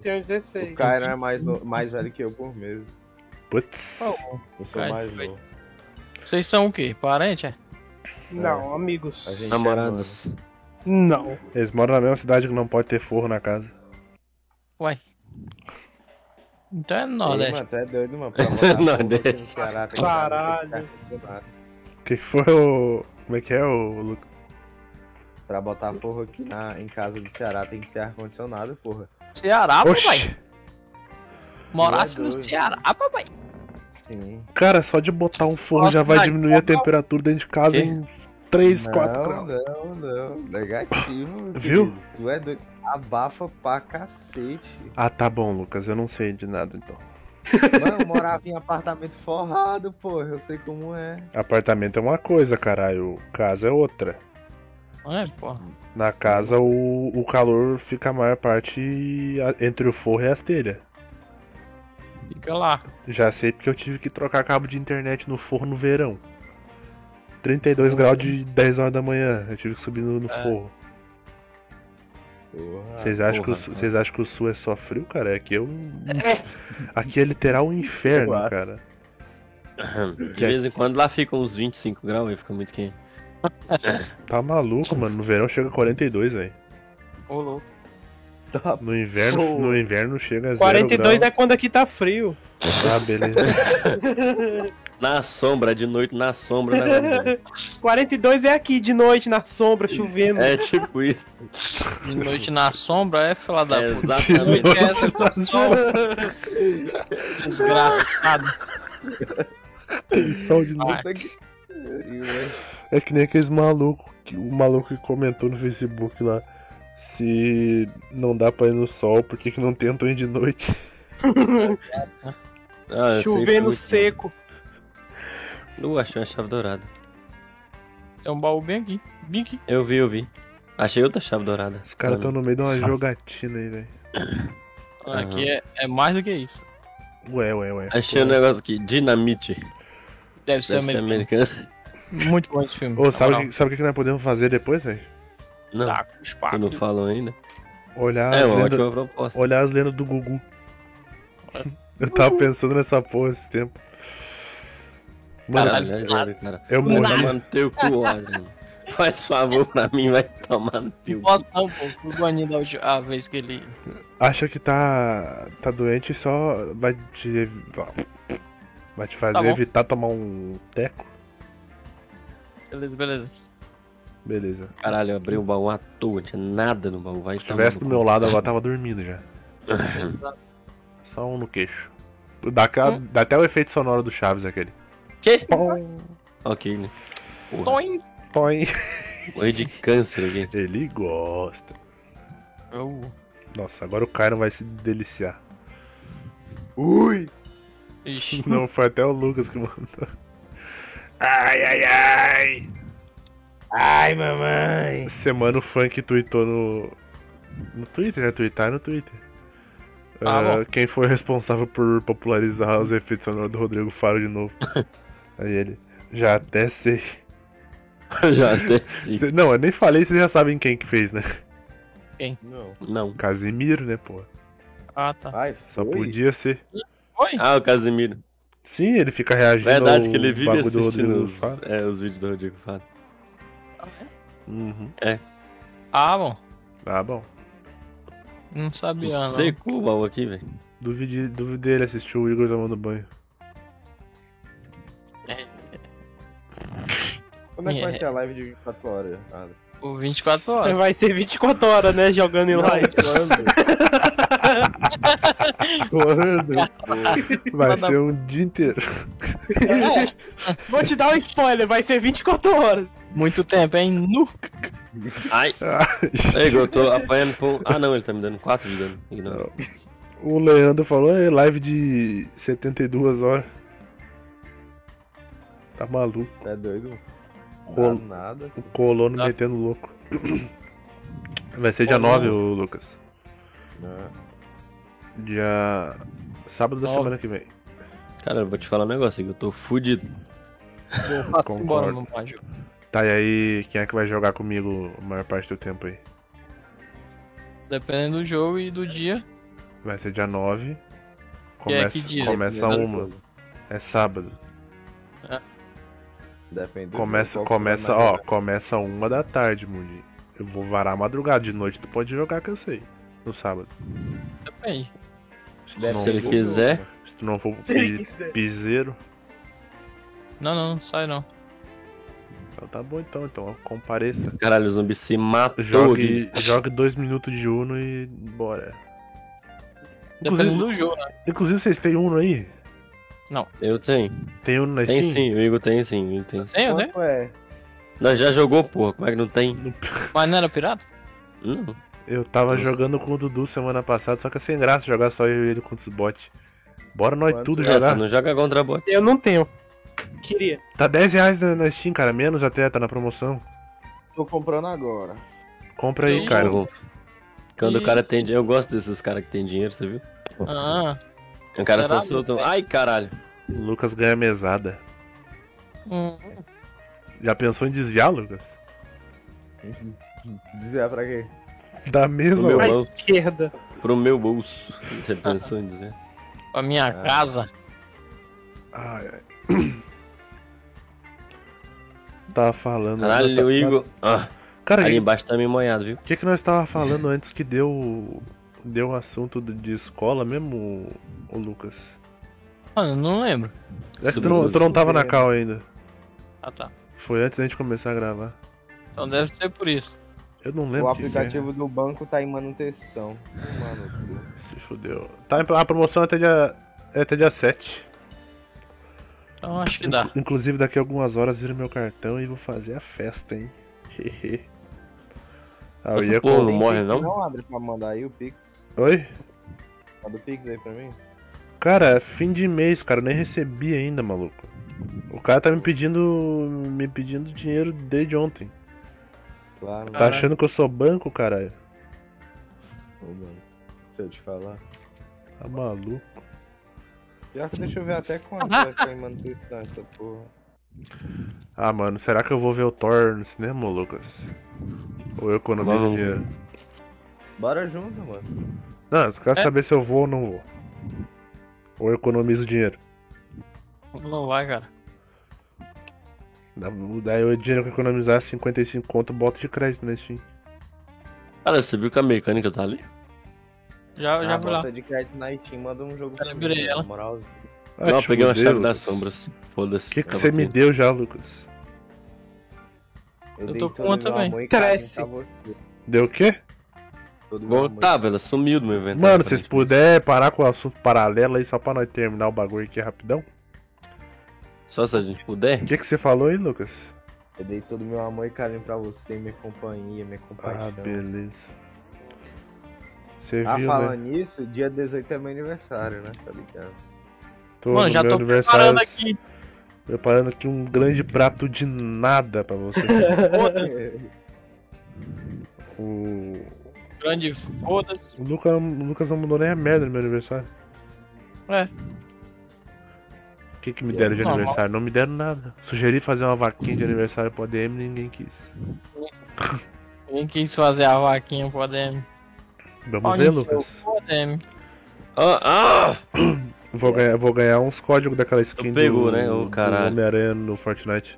S2: Tenho
S4: O
S2: 16.
S4: cara é mais, no- mais velho que eu por meses.
S1: Putz.
S4: Eu sou
S5: Cara,
S4: mais
S5: foi.
S4: novo.
S5: Tá Vocês são o quê? Parente, é?
S2: Não, amigos.
S4: A gente-
S3: Namorados.
S2: Não.
S1: Eles moram na mesma cidade que não pode ter forro na casa.
S5: Ué. Então é
S4: Ei,
S5: Nordeste.
S4: mano, tu é doido, mano. pra botar fogo
S3: Nordeste.
S4: no Ceará, tem que
S2: Caralho.
S4: ficar acostumado.
S1: O que que foi o. Como é que é o Lucas?
S4: Pra botar forro aqui na, em casa do Ceará tem que ter ar-condicionado, porra.
S5: Ceará, papai.
S1: Oxi!
S5: Morasse
S4: Meu
S5: no
S4: Deus.
S5: Ceará, papai.
S4: Sim.
S1: Cara, só de botar um forro
S5: Nossa,
S1: já vai
S5: mas-
S1: diminuir a temperatura dentro de casa
S3: Quê?
S1: em 3, 4
S4: não,
S1: graus.
S4: Não, não, Negativo.
S1: Viu?
S4: querido. Tu é doido. Abafa pra cacete.
S1: Ah, tá bom, Lucas, eu não sei de nada então.
S4: Mano, eu morava em apartamento forrado, porra. Eu sei como é.
S1: Apartamento é uma coisa, caralho. Casa é outra.
S5: É, porra.
S1: Na casa o, o calor fica a maior parte a- entre o forro e as telhas.
S5: Fica lá.
S1: Já sei porque eu tive que trocar cabo de internet no forro no verão. 32 graus de 10 horas da manhã, eu tive que subir no, no forro.
S4: Porra,
S1: Vocês acham, que o
S4: Ah, porra,
S1: Sul-
S4: mano.
S1: vocês acham que o sul é só frio, cara? É que eu. Aqui é literal um inferno,
S4: Eu acho.
S1: cara.
S3: De vez em quando lá ficam uns 25 graus e fica muito quente.
S1: Tá maluco, mano. No verão chega a 42, velho.
S5: Ô, louco.
S4: Tá,
S1: No inverno,
S4: Show.
S1: no inverno chega a
S2: 42
S1: zero
S2: é quando aqui tá frio.
S4: é
S1: grau. Ah, beleza.
S3: Na sombra, de noite na sombra, né? mano?
S2: 42 é aqui, de noite, na sombra, chovendo.
S3: É tipo isso.
S5: De noite na sombra é fila da
S3: É
S5: puta.
S4: Tá
S3: exatamente.
S5: Que é essa desgraçado.
S1: Aquele sol de novo. É que nem aqueles malucos, que, o maluco que comentou no Facebook lá. Se não dá pra ir no sol, por que, que não tentam ir de noite?
S3: Ah, eu sei
S2: chovendo
S3: muito.
S2: seco.
S3: Uh, achei uma chave dourada.
S5: Tem um baú bem aqui. Bem aqui.
S3: Eu vi, eu vi. Achei outra chave dourada.
S1: Os caras estão
S3: Também.
S1: no meio de uma
S3: Sabe.
S1: jogatina aí, velho.
S3: Aham.
S5: Aqui é, é mais do que isso.
S1: Ué, ué, ué.
S3: Achei um negócio aqui, dinamite.
S5: Deve ser
S3: Deve ser
S5: americano.
S3: americano.
S5: Muito bom esse filme.
S1: Ô, sabe o
S5: Moral.
S1: que, sabe o que que nós podemos fazer depois, velho?
S3: Não,
S5: Taca os
S3: tu não
S5: pacos.
S3: falou ainda.
S1: Olhar,
S3: é
S1: as
S3: uma
S1: lendas,
S3: ótima proposta.
S1: olhar as lendas do Gugu. Eu tava pensando nessa porra esse tempo. Mano,
S3: Caralho, olha, cara.
S1: eu
S3: Vai
S1: morri.
S3: tomar no teu cu, Adriano. Faz favor pra mim, vai tomar no teu
S5: Não
S3: cu.
S5: posso não, pô. Fui banido a ulti- a vez que ele...
S1: Acha que tá, tá doente e só vai te. evi- Vai te fazer
S5: Tá bom.
S1: evitar tomar um teco?
S5: Beleza, beleza.
S1: Beleza.
S3: Caralho, eu abri o baú à toa, tinha nada no baú. Vai
S1: Se
S5: tá
S1: tivesse do meu lado agora, tava dormindo já.
S3: lado.
S1: Só um no queixo. Dá, ca- dá até o efeito sonoro do Chaves aquele.
S3: que?
S1: Põe,
S3: Ok, né? Porra,
S5: Toim.
S1: põe.
S3: morri de câncer aqui.
S1: Ele gosta.
S5: Eu...
S1: Nossa, agora o Caio vai se deliciar.
S5: Ixi.
S1: Não, foi até o Lucas que mandou. Ai, ai, ai!
S4: Ai, mamãe.
S1: Semana o funk tweetou no. No Twitter, né? Tweetar no Twitter.
S5: Ah,
S1: Ah, quem foi responsável por popularizar os efeitos sonoros do Rodrigo Faro de novo? Aí ele. Já até sei.
S3: Já desci.
S1: Cê- Não, eu nem falei, vocês já sabem quem que fez, né?
S4: Não.
S3: Não.
S1: Casimiro, né, pô?
S5: Ah, tá.
S4: Ai,
S1: Só
S4: foi?
S1: podia ser.
S5: Oi?
S3: Ah, o Casimiro.
S1: Sim, ele fica reagindo.
S3: Verdade
S1: ao
S3: que ele vive
S1: bagulho do
S3: assistindo
S1: Rodrigo
S3: os,
S1: Faro.
S3: é, os vídeos do Rodrigo Faro.
S1: Uhum.
S5: Ah, bom.
S1: Ah, bom.
S5: Não
S3: Tu
S5: sabia, não.
S3: secou o baú aqui, velho.
S1: Duvide, duvidei ele assistiu o Igor tomando banho.
S5: É,
S4: Como é que vai ser a live de 24 horas? Ah,
S5: Por 24 horas.
S2: Vai ser 24 horas, né? Jogando em live.
S4: quando?
S1: Quando? Vai
S5: Manda-
S1: ser um dia inteiro.
S2: Vou te dar um spoiler, vai ser 24 horas.
S5: Muito tempo, hein? Nu.
S3: Ai. Ei, eu tô apanhando por... Ah, não, ele tá me dando 4 de dano. Ignora.
S1: O Leandro falou, é live de 72 horas. Tá maluco.
S4: É doido?
S1: Ô.
S4: Não dá nada.
S1: O colono
S5: Tá.
S1: metendo louco. Vai ser dia
S5: Colono.
S1: 9, ô Lucas.
S4: Não.
S1: Dia. Sábado da
S5: Nove.
S1: semana que vem.
S3: Cara, eu vou te falar um negócio, Igor. Eu tô fudido.
S5: Passa embora, meu pai.
S1: Tá, e aí, quem é que vai jogar comigo a maior parte do tempo aí?
S5: Dependendo do jogo e do dia.
S1: Vai ser dia 9.
S5: Que é que
S1: Começa,
S5: dia?
S1: começa
S5: Dependendo
S1: uma. É sábado.
S4: Depende do
S1: Começa,
S4: jogo, né? qual
S1: começa,
S4: que vai
S1: ó,
S4: mais-
S1: começa uma da tarde, Mundi. Eu vou varar a madrugada, de noite tu pode jogar que eu sei. No sábado.
S5: Depende.
S1: Se tu
S4: Deve
S1: não
S3: Se ele
S1: for,
S3: quiser.
S1: se tu não for
S2: Se ele
S1: pi-
S2: quiser.
S1: piseiro,
S5: Não, não, não sai não.
S1: então tá bom então, então compareça.
S3: Caralho, o zumbi se matou.
S1: Jogue,
S3: Gui.
S1: jogue dois minutos de Uno e bora.
S5: Dependendo
S1: Inclusive-
S5: do jogo, né?
S1: Inclusive vocês têm Uno aí?
S3: Eu tenho.
S1: Tem Uno na Steam?
S3: Tem sim, o Igor tem sim. o Igor tem sim.
S5: Tem, né? eu tenho.
S4: Quanto é?
S3: Não, já jogou, porra. Como é que não tem?
S5: Mas não era pirata?
S3: Não.
S1: Eu tava
S3: Nossa.
S1: jogando com o Dudu semana passada, só que é sem graça jogar só eu e ele contra os bots. Bora nós
S4: Quanto
S1: tudo
S4: é?
S1: jogar.
S3: Essa, não joga contra bot.
S2: Eu não tenho. Queria.
S1: Tá 10 reais na, na Steam, cara, menos até, tá na promoção.
S4: Tô comprando agora.
S1: Compra aí,
S5: Tem
S1: cara.
S3: Porra. Quando o
S5: Ih.
S3: cara tem dinheiro, eu gosto desses caras que tem dinheiro, você viu?
S5: Ah,
S3: O cara só
S5: Caralho,
S3: solta um.
S5: velho.
S3: Ai, caralho.
S1: O Lucas ganha mesada.
S5: hum,
S1: Já pensou em desviar, Lucas?
S4: Dizer pra quê?
S1: Da mesa,
S3: meu
S1: ó.
S2: Pra
S3: bom.
S2: esquerda.
S3: Pro meu bolso. Você pensou em dizer?
S5: pra
S1: É.
S5: minha
S4: Ah.
S5: casa.
S1: Ai, ai. Tava Tá falando.
S3: Caralho, o Igor. Ah,
S1: Cara,
S3: ali
S1: o
S3: embaixo tá meio moiado, viu?
S1: que, que nós tava falando antes que deu. Deu o assunto do- de escola mesmo, o Lucas?
S5: Mano, não lembro.
S1: É que tu não, tu não tava na cal ainda.
S5: Ah, tá.
S1: Foi antes da gente começar a gravar.
S5: Então deve ser por isso.
S1: Eu não
S4: O
S1: lembro. o que que é.
S4: aplicativo do banco tá em manutenção. Mano,
S1: Se fudeu. Tá em- a promoção é até dia, é até dia 7.
S5: Então acho que dá.
S1: Inclu- Inclusive, daqui a algumas horas vira meu cartão e vou fazer a festa, hein? Hehe. ah, eu
S3: Essa
S1: ia
S3: porra
S1: com...
S3: não morre,
S4: Pix
S3: não?
S4: Não abre pra mandar aí o Pix.
S1: Oi?
S4: Manda o Pix aí pra mim.
S1: Cara, é fim de mês, cara, eu nem recebi ainda, maluco. O cara tá me pedindo. me pedindo dinheiro desde ontem.
S4: Claro.
S1: Tá
S5: Caralho.
S1: achando que eu sou banco, caralho?
S4: Ô, mano, Deixa eu te falar.
S1: Tá maluco.
S4: Pior que deixa eu ver até quanto vai ficar em manutenção essa porra.
S1: Ah, mano, será que eu vou ver o Thor no cinema, Lucas? Ou eu economizo
S3: Não.
S1: dinheiro?
S4: Bora junto, mano.
S1: Não, eu quero
S5: É.
S1: saber se eu vou ou não vou. Ou eu economizo dinheiro.
S5: Não vai, cara.
S1: Da- Daí o dinheiro que eu economizar é 55 conto, eu boto de crédito na Steam.
S3: Cara, você viu que a mecânica tá ali?
S5: Já, já
S4: ah,
S5: vou lá.
S4: bota de crédito na Steam, manda um jogo
S5: Eu liberei ela.
S4: na moral.
S1: Ah,
S3: não, eu
S1: te
S3: peguei uma
S1: fudeu,
S3: chave Tá
S1: Lucas.
S3: das sombras. Foda-se.
S1: O que, que
S3: tava
S1: você me
S3: aqui.
S1: deu já, Lucas?
S4: Eu,
S5: tô
S4: dei
S5: com
S4: todo
S5: uma
S4: meu
S5: também.
S4: amor e
S2: Cresce.
S4: carinho pra você.
S1: Deu o quê?
S4: Todo meu
S3: Igual
S4: amor e
S3: tava, ela sumiu do meu evento.
S1: Mano, vocês puderem parar com o assunto paralelo aí só pra nós terminar o bagulho aqui rapidão.
S3: Só se a gente puder.
S1: O que, que você falou aí, Lucas?
S4: Eu dei todo meu amor e carinho pra você, minha companhia, minha
S1: Ah,
S4: compaixão.
S1: beleza. Você
S4: Ah,
S1: viu, né?
S4: falando nisso, dia 18 é meu aniversário, né? Tá ligado?
S1: Tô
S5: Mano,
S1: no
S5: já
S1: meu
S5: tô
S1: aniversário
S5: preparando aqui.
S1: preparando aqui um grande prato de nada pra você. o...
S5: Grande foda-se.
S1: o Lucas, o Lucas não mandou nem a merda no meu aniversário.
S5: É.
S1: O que, que me deram de
S5: Normal.
S1: aniversário? Não me deram nada. Sugeri fazer uma vaquinha de aniversário pro ADM ninguém quis.
S5: Ninguém quis fazer a vaquinha pro ADM.
S1: Vamos
S5: Olha
S1: ver,
S5: o seu
S1: Lucas.
S5: pro ADM.
S3: Ah, ah!
S1: Vou ganhar, vou ganhar uns códigos daquela skin
S3: Tu
S1: do,
S3: pegou, né? Ô,
S1: do
S3: caralho.
S1: Homem-Aranha no Fortnite.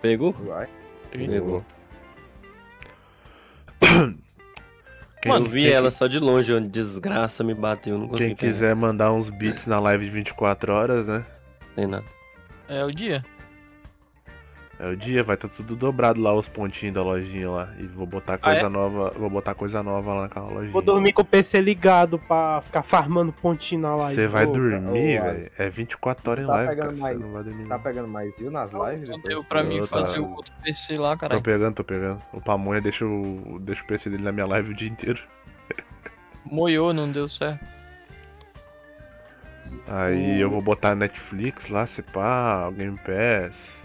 S3: Pegou?
S4: Vai.
S3: Pegou.
S1: Quem,
S3: eu vi
S1: quem-
S3: ela assim, né? só de longe, uma desgraça me bateu, eu não consegui.
S1: Quem quiser mandar uns beats na live de 24 horas, né?
S3: pegar, Tem nada.
S5: É o dia.
S1: É o dia, vai estar tudo dobrado lá os pontinhos da lojinha lá. E vou botar
S4: Ah, é?
S1: coisa nova. Vou botar coisa nova lá naquela lojinha.
S2: Vou dormir com o PC ligado pra ficar farmando pontinho na live.
S1: Você vai
S2: Pô,
S1: dormir,
S4: ô,
S1: velho. É 24 horas em
S4: Tá
S1: live,
S4: pegando
S1: cara. Você
S4: mais.
S1: não vai dormir.
S4: Tá
S1: não.
S4: pegando mais view nas lives?
S5: Não
S4: depois?
S5: deu pra mim
S1: Eu
S5: fazer
S1: tava-
S5: o outro PC lá,
S1: tá. Tô
S5: caralho.
S1: pegando, tô pegando. O Pamonha deixa o, deixa o PC dele na minha live o dia inteiro.
S5: Moiou, não deu certo.
S1: Aí eu vou botar Netflix lá, se pá, Game Pass.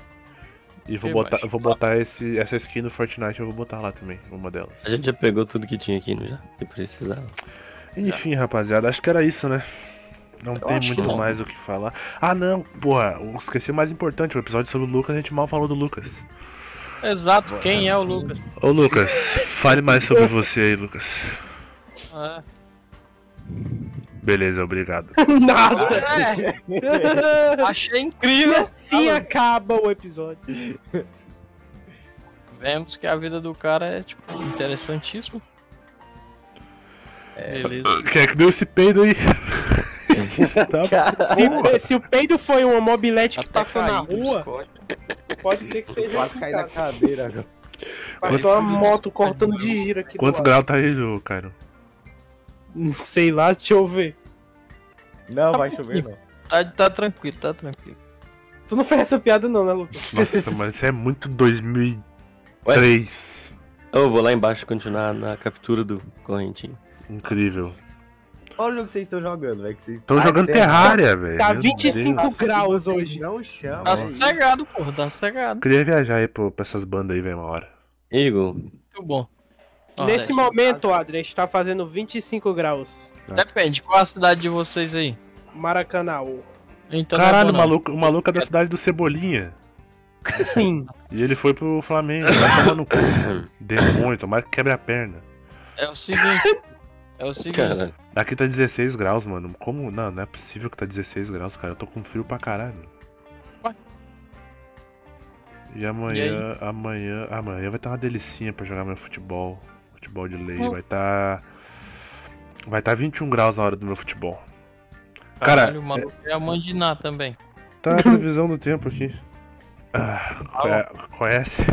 S1: E vou
S5: Que
S1: botar,
S5: mais?
S1: vou botar esse, essa skin do Fortnite, eu vou botar lá também, uma delas.
S3: A gente já pegou tudo que tinha aqui, não já? Que precisava.
S1: Enfim, rapaziada, acho que era isso, né? Não tem
S5: acho que
S1: muito
S5: não.
S1: mais o que falar. Ah, não, porra, eu esqueci o mais importante, o episódio sobre o Lucas, a gente mal falou do Lucas.
S5: Exato, quem é o Lucas?
S1: Ô Lucas, fale mais sobre você aí, Lucas.
S5: Ah,
S1: Beleza, obrigado.
S2: Nada.
S5: Ah, é. achei
S2: E
S5: incrível.
S2: assim acaba o episódio.
S5: Vemos que a vida do cara é, tipo, interessantíssima. Beleza.
S1: Quem é que deu esse peido aí?
S2: Tá, Se, o pe- se o peido foi uma mobilete que
S5: tá Até
S2: Tipo, passou na
S5: caiu,
S2: rua,
S5: Scott.
S2: pode ser que seja.
S4: Quase caí da cadeira agora.
S2: Passou uma moto cortando de giro aqui. do
S1: Quantos
S2: lado.
S1: graus tá aí, ô, Cairo?
S2: Sei lá, deixa eu ver.
S4: Não, vai chover não.
S5: Tá, tá tranquilo, tá tranquilo.
S2: Tu não fez essa piada não, né, Lucas?
S1: Nossa, mano, isso é muito 2003.
S3: Eu vou lá embaixo continuar na captura do correntinho.
S1: Incrível.
S4: Olha o jogo que vocês estão jogando, velho. que vocês-
S1: Estão
S4: Ah,
S1: jogando
S4: tem-
S1: Terraria, velho.
S2: Tá
S1: É Meu
S2: 25
S1: Deus.
S2: graus hoje.
S4: Não chama.
S5: Tá
S4: velho.
S5: sossegado, porra, tá sossegado.
S1: Queria viajar aí pro- pra essas bandas aí, velho, uma hora.
S3: Igor,
S5: Muito Tá bom. Ó,
S2: Nesse
S5: é,
S2: momento, Adri, está tá fazendo 25 graus.
S5: Depende, qual a cidade de vocês aí?
S2: Maracanãú.
S5: Então não é
S1: Caralho, o
S5: bom, não.
S1: maluco, o maluco é da cidade do Cebolinha.
S2: Sim.
S1: E ele foi pro Flamengo. Vai tomar no cu. Demônio, tomara que quebre a perna.
S5: É o seguinte. É o seguinte.
S3: cara,
S1: Aqui tá 16 graus, mano. Como? Não, não é possível que tá 16 graus, cara. Eu tô com frio pra caralho.
S5: Ué?
S1: E amanhã, amanhã, amanhã vai estar uma delicinha pra jogar meu futebol. Futebol de lei.
S5: Hum.
S1: Vai tá. Vai tá 21 graus na hora do meu futebol.
S5: Caralho,
S1: Cara,
S5: o maluco é a Mandiná também.
S1: tá a previsão do tempo aqui. Ah, conhe- conhece?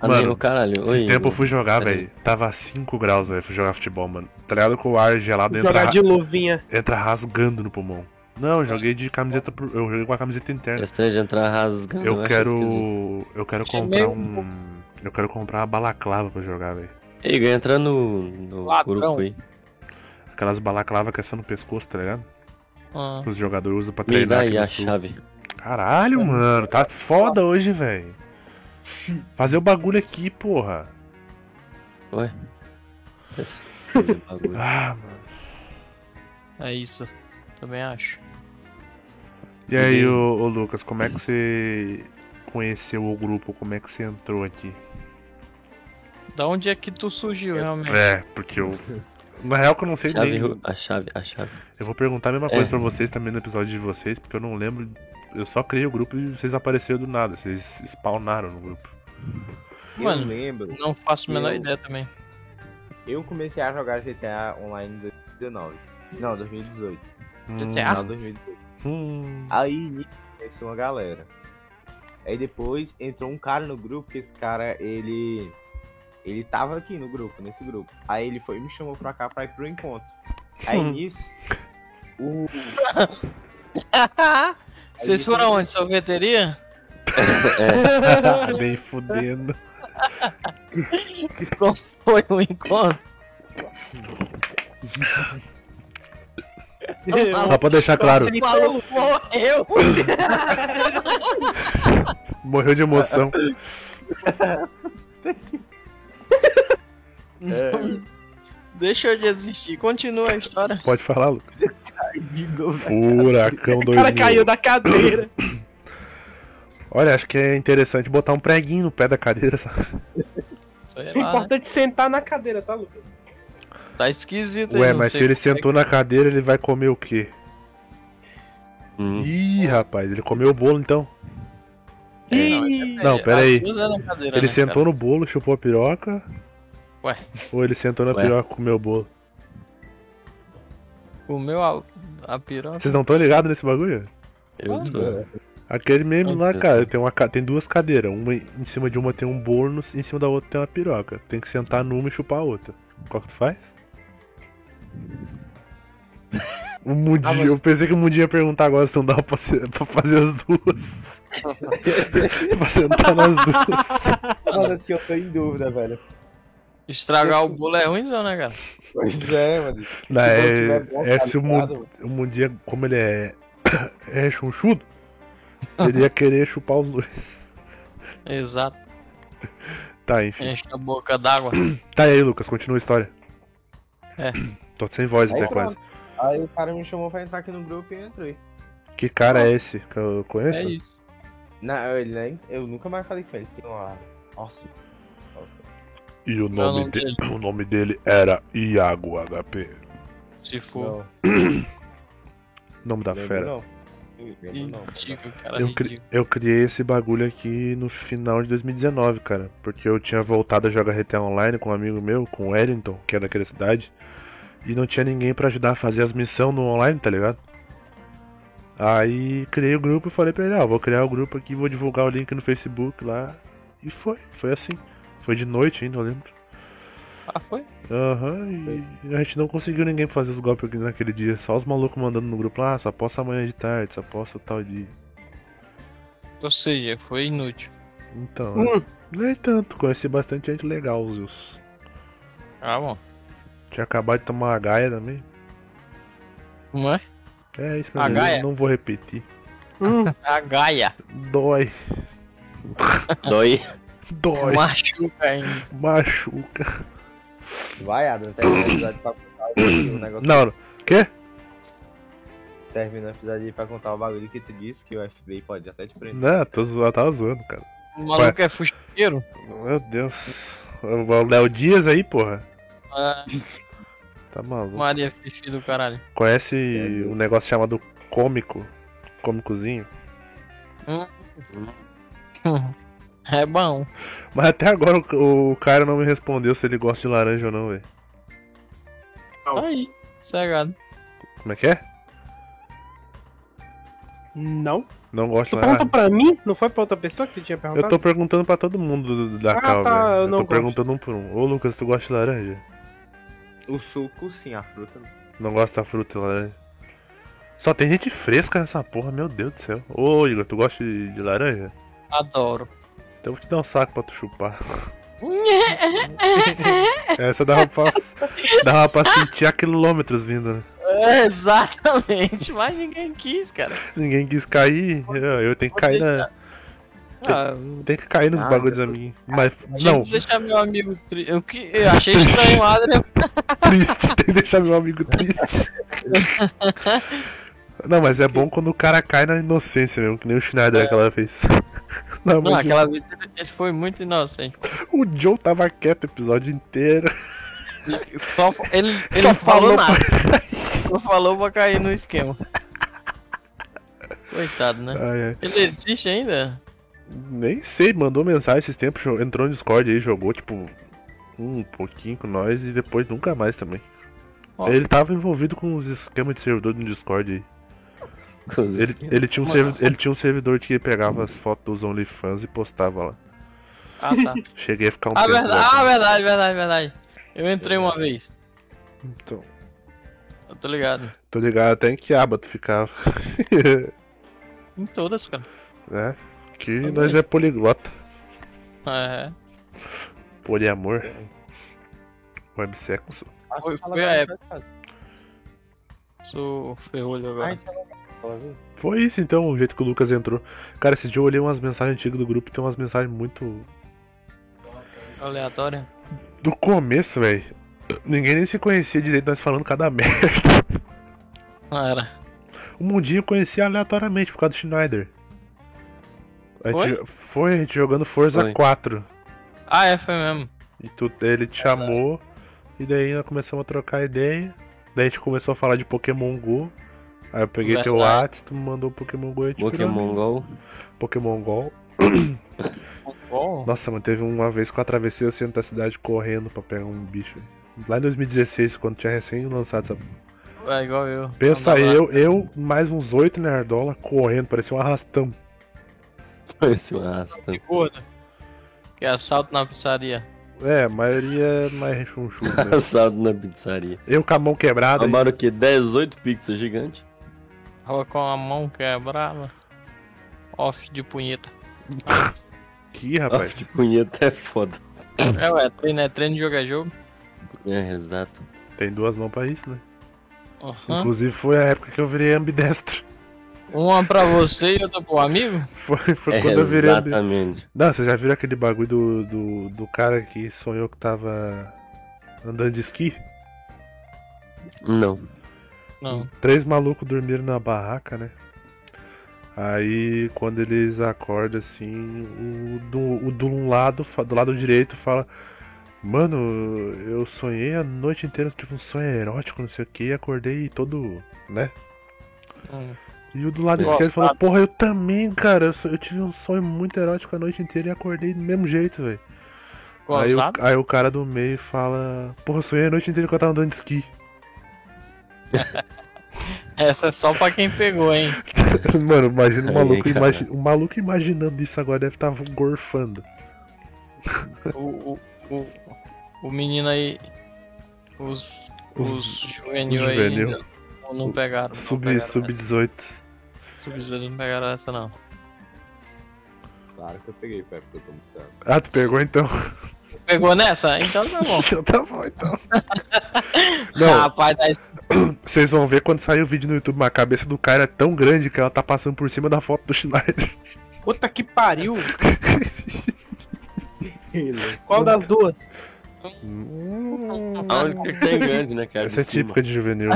S1: Mano,
S3: Amigo, caralho.
S1: Esse
S3: Oi.
S1: tempo eu
S3: Igor.
S1: fui jogar,
S3: Peraí.
S1: velho. Tava 5 graus, velho. Fui jogar futebol, mano. Tá ligado com o ar gelado entra,
S2: Jogar de luvinha.
S1: entra rasgando no pulmão. Não, eu joguei de camiseta. pro- Eu joguei com a camiseta interna.
S3: Esse trem de entrar rasgando.
S1: Eu
S3: acho esquisito.
S1: quero. Eu quero
S2: é
S5: Achei
S1: comprar
S5: meio
S1: um. Eu quero comprar uma balaclava pra jogar, velho.
S3: Igor, entra no, no
S5: Ladrão.
S3: grupo aí.
S1: Aquelas balaclavas que é só no pescoço, tá ligado?
S5: Ah,
S1: Que os jogadores usam pra
S3: Me
S1: treinar.
S3: dá
S1: aqui
S3: aí
S1: no
S3: a
S1: sul.
S3: chave.
S1: Caralho, mano, tá foda hoje, velho. Fazer o bagulho aqui, porra.
S3: Ué? Esse- esse bagulho.
S1: Ah, mano.
S5: é isso. Também acho.
S1: E aí, ô, ô Lucas, como é que você conheceu o grupo? Como é que você entrou aqui?
S5: Da onde é que tu surgiu, realmente?
S1: É, porque eu. Na real que eu não sei
S3: Chave,
S1: nem.
S3: ru- a chave, a chave.
S1: Eu vou perguntar a mesma coisa
S3: É.
S1: pra vocês também no episódio de vocês, porque eu não lembro. Eu só criei o grupo e vocês apareceram do nada. Vocês spawnaram no grupo.
S5: Mano.
S4: Eu lembro,
S5: Não faço a menor
S4: Eu-
S5: ideia também.
S4: eu comecei a jogar GTA Online em 2019. Não, 2018.
S5: GTA?
S2: É.
S4: Final de 2018.
S1: Hum,
S4: Aí nisso, conheci uma galera. Aí depois entrou um cara no grupo, que esse cara, ele. Ele tava aqui no grupo, nesse grupo. Aí ele foi e me chamou pra cá pra ir pro encontro. Aí
S2: Hum.
S4: nisso. O.
S5: Vocês foram onde? Sorveteria? Ah.
S1: hum, nem fudendo.
S5: Como foi o encontro?
S1: Só pra deixar claro,
S5: O maluco morreu!
S1: morreu de emoção.
S5: Deixou de existir. Continua a história.
S1: Pode falar, Lucas.
S4: De novo.
S1: Furacão
S2: O
S1: 2000.
S2: cara caiu da cadeira.
S1: Olha, acho que é interessante botar um preguinho no pé da cadeira. sabe?
S5: Sei
S2: O
S5: lá, né?
S2: importante é sentar na cadeira, tá, Lucas?
S5: Tá esquisito aí,
S1: Ué,
S5: não
S1: mas
S5: sei
S1: se ele
S5: como é
S1: sentou na cadeira, ele vai comer o quê?
S3: Hum.
S1: Ih, rapaz, ele comeu o bolo então.
S5: é
S2: Ih,
S1: É, Não, pera aí.
S5: As duas eram cadeira,
S1: Ele
S5: né,
S1: sentou no bolo, chupou a piroca.
S5: Ué.
S1: Ou ele sentou na
S3: Ué.
S1: piroca e comeu o bolo.
S5: cara? Comeu a, a piroca.
S1: Vocês não estão ligados nesse bagulho?
S3: Eu tô.
S1: Aquele mesmo
S3: Não,
S1: lá,
S3: eu-
S1: cara, tem, uma, ca- tem duas cadeiras. Uma em cima de uma tem um bolo, no- em cima da outra tem uma piroca. Tem que sentar numa e chupar a outra. Qual que tu faz? O Mundinho,
S2: Ah, mas-
S1: eu pensei que o Mundinho ia perguntar agora se não dava pra, se- pra fazer as duas. pra sentar nas duas.
S4: Mano, assim, eu tô em dúvida, velho.
S5: Estragar o bolo é ruimzão, né, cara?
S4: Pois é, mano.
S1: Não,
S4: Se não tiver bom,
S1: é, é
S4: tá
S1: se o,
S4: ligado,
S1: Mu-
S4: mano?
S1: o Mundinho, um como ele é, é chunchudo, ele ia querer chupar os dois.
S5: Exato.
S1: Tá, enfim.
S5: Enche a boca d'água.
S1: Tá e aí, Lucas, continua a história.
S5: É.
S1: Tô sem voz
S4: Aí
S1: até quase.
S4: pronto. Aí o cara me chamou pra entrar aqui no grupo e eu entrei.
S1: Que cara é esse que eu
S5: É
S1: conheço?
S5: isso.
S4: Não, ele nem. Eu nunca mais falei com ele. tem uma- Nossa.
S1: e o
S5: Qual é o
S1: nome,
S5: nome
S1: dele? o nome dele era Iago HP.
S5: Se for
S1: Nome
S5: é
S1: da
S4: lembro
S1: tá fera.
S4: Não. Eu lembro não.
S5: ridículo, cara.
S1: Eu, cri-
S5: Tá ridículo.
S1: eu criei esse bagulho aqui no final de 2019, cara. Porque eu tinha voltado a jogar GTA Online com um amigo meu, com o Wellington, que é daquela cidade. E não tinha ninguém pra ajudar a fazer as missões no online, tá ligado? Aí criei o grupo e falei pra ele, ó, vou criar o grupo aqui, vou divulgar o link no Facebook lá. E foi, foi assim. Foi de noite ainda, eu lembro.
S5: Ah, foi?
S1: Aham, e a gente não conseguiu ninguém pra fazer os golpes aqui naquele dia. Só os malucos mandando no grupo lá, ah, só posta amanhã de tarde, só posta tal dia.
S5: Ou seja, foi inútil.
S1: Então,
S2: Hum.
S1: nem tanto, conheci bastante gente legal, Zeus.
S5: Ah, bom.
S1: Tinha acabado de tomar uma gaia também.
S5: Não é?
S1: É isso
S5: A
S1: mesmo,
S5: gaia?
S1: não vou repetir.
S5: A gaia.
S1: Dói,
S3: Dói.
S1: dói,
S5: Machuca ainda.
S1: machuca.
S4: Vai, Adam, termina o episódio pra contar o bagulho, o negócio.
S1: Não, não. quê?
S4: Termina o episódio aí pra contar o bagulho que tu disse que o FBI pode até te prender.
S1: Não, é, tô zo... eu tava zoando, cara.
S5: O maluco é fuxiqueiro?
S1: Meu Deus. O Léo Dias aí, porra.
S5: Ah,
S1: Tá maluco.
S5: Maria é Fifi do caralho.
S1: Conhece um negócio chamado cômico? Cômicozinho?
S5: É bom.
S1: Mas até agora o, o cara não me respondeu se ele gosta de laranja ou não, velho.
S5: Tá aí. Cegado.
S1: Como é que é?
S2: Não.
S1: Não gosto
S2: Tu
S1: de
S2: perguntou
S1: laranja.
S2: pra mim? Não foi pra outra pessoa que tu tinha
S1: Eu
S2: perguntado?
S1: tô perguntando pra todo mundo do- da
S2: tá Ah,
S1: Cal,
S2: tá,
S1: velho.
S2: eu
S1: Eu,
S2: não
S1: tô
S2: gosto.
S1: perguntando um por um. Ô Lucas, tu gosta de laranja?
S4: O suco, sim, a fruta. não.
S1: Não gosta da fruta e laranja? Só tem gente fresca nessa porra, meu Deus do céu. Ô Igor, tu gosta de, de laranja?
S5: Adoro.
S1: Então eu vou te dar um saco pra tu chupar. Essa dava pra, dava pra sentir a quilômetros vindo. né?
S5: É, exatamente, mas ninguém quis, cara.
S1: Ninguém quis cair, eu, eu tenho que cair na.
S5: Ah,
S1: Tem que cair nos
S4: Ah,
S1: bagulhos amiguinhos. Mas,
S5: tinha
S1: não,
S5: que deixar meu amigo triste. Eu, que- eu achei estranho o Adrian.
S1: triste, tem que deixar meu amigo triste. Não, mas é bom quando o cara cai na inocência mesmo, que nem o Schneider aquela vez. Não,
S5: É. Não,
S1: mas
S5: aquela vez ele- ele foi muito inocente.
S1: o Joe tava quieto o episódio inteiro.
S5: Ele Só, ele ele
S1: Só
S5: não
S1: falou
S5: falou nada. Só falou pra cair no esquema. Coitado, né?
S1: Ai, ai.
S5: Ele existe ainda?
S1: Nem sei, mandou mensagem esses tempos, jo- entrou no Discord aí, jogou tipo um pouquinho com nós e depois nunca mais também.
S5: Ó.
S1: Ele tava envolvido com os esquemas de servidor no Discord aí. Ele, ele tinha um
S5: Mano.
S1: servidor, ele tinha um servidor que pegava as fotos dos OnlyFans e postava lá.
S5: Ah, tá.
S1: Cheguei a ficar um
S5: Ah,
S1: tempo
S5: verdade,
S1: lá.
S5: ah, verdade, verdade, verdade. Eu entrei uma vez.
S1: Então,
S5: Eu tô ligado.
S1: tô ligado até em que aba tu ficava.
S5: Em todas, cara.
S1: né? Que
S5: Tá
S1: nós
S5: bem.
S1: é poliglota.
S5: É.
S1: Poliamor. Websexo.
S5: Foi,
S4: Fala
S5: foi a
S4: pra
S5: época. Sou ferrolho agora.
S4: Ai, Fala assim.
S1: Foi isso então, o jeito que o Lucas entrou. Cara, esse dia eu olhei umas mensagens antigas do grupo, tem umas mensagens muito tá.
S5: Aleatória.
S1: Do começo, velho, ninguém nem se conhecia direito, nós falando cada merda.
S5: Não era.
S1: Um mundinho eu conhecia aleatoriamente por causa do Schneider. A gente, foi? a gente jogando Forza
S3: Foi.
S1: 4.
S5: Ah, é, foi mesmo.
S1: E tu, ele te chamou, e daí nós começamos a trocar ideia. Daí a gente começou a falar de Pokémon Go. Aí eu peguei teu
S5: Verdade.
S1: WhatsApp, tu me mandou Pokémon Go e eu te virei
S3: Pokémon
S1: amigo.
S3: Go.
S1: Pokémon Go.
S5: Bom,
S1: Nossa, mano, teve uma vez que eu atravessei o centro da cidade correndo pra pegar um bicho. Lá em 2016, quando tinha recém lançado essa
S5: é igual eu.
S1: Pensa
S5: Andava lá.
S1: eu, eu mais uns oito nerdola correndo, parecia um arrastão.
S3: Esse arrasta.
S5: De gordo. Que assalto na pizzaria.
S1: É, a maioria é mais rechonchudo. Né?
S3: Assado na pizzaria.
S1: Eu com a mão quebrada.
S3: Roubaram o quê? 18 pixels gigante?
S5: Tava com a mão quebrada. Off de punheta.
S1: Aqui,
S3: Nossa,
S1: rapaz.
S3: que punheta é foda.
S5: É, ué, treino é treino, jogo é jogo.
S3: É, exato.
S1: Tem duas mãos pra isso, né?
S5: Aham.
S1: Inclusive foi a época que eu virei ambidestro.
S5: Uma pra você e outra pro amigo?
S1: Foi, foi
S3: É,
S1: quando eu virei ambidestro.
S3: exatamente.
S1: Não, você já viu aquele bagulho do, do, do cara que sonhou que tava andando de esqui?
S3: Não.
S5: Não.
S1: Três malucos dormiram na barraca, né? Aí quando eles acordam assim, o do, o do um lado, fa- do lado direito fala. Mano, eu sonhei a noite inteira, tive um sonho erótico, não sei o que, e acordei todo, né?
S5: Hum.
S1: E o do lado
S5: Ó,
S1: esquerdo falou, porra, eu também, cara, eu, so- eu tive um sonho muito erótico a noite inteira e acordei do mesmo jeito, velho. Aí, o-
S5: Gozado?
S1: aí o cara do meio fala, porra, eu sonhei a noite inteira que eu tava andando de esqui.
S5: Essa é só pra quem pegou, hein?
S1: Mano, imagina o
S3: Aí,
S1: maluco,
S3: cara.
S1: imagi- o maluco imaginando isso agora deve estar gorfando.
S5: O, o, o, o menino aí. Os. Os juvenil aí.
S1: juvenil.
S5: ainda não- Não pegaram. não
S1: Sub-18.
S5: pegaram essa. Sub-18 não pegaram essa, não.
S4: Claro que eu peguei, foi porque eu tô mutando.
S1: ah, tu pegou então?
S3: Tá
S5: Pegou nessa? Então tá bom.
S1: Então tá bom, então. Não,
S5: Rapaz, tá
S1: vocês vão ver quando sair o vídeo no YouTube, mas a cabeça do cara é tão grande que ela tá passando por cima da foto do Schneider.
S2: Puta que pariu. Qual das duas?
S3: A única que tem grande, né, cara?
S1: Essa é
S3: De cima.
S1: típica de juvenil.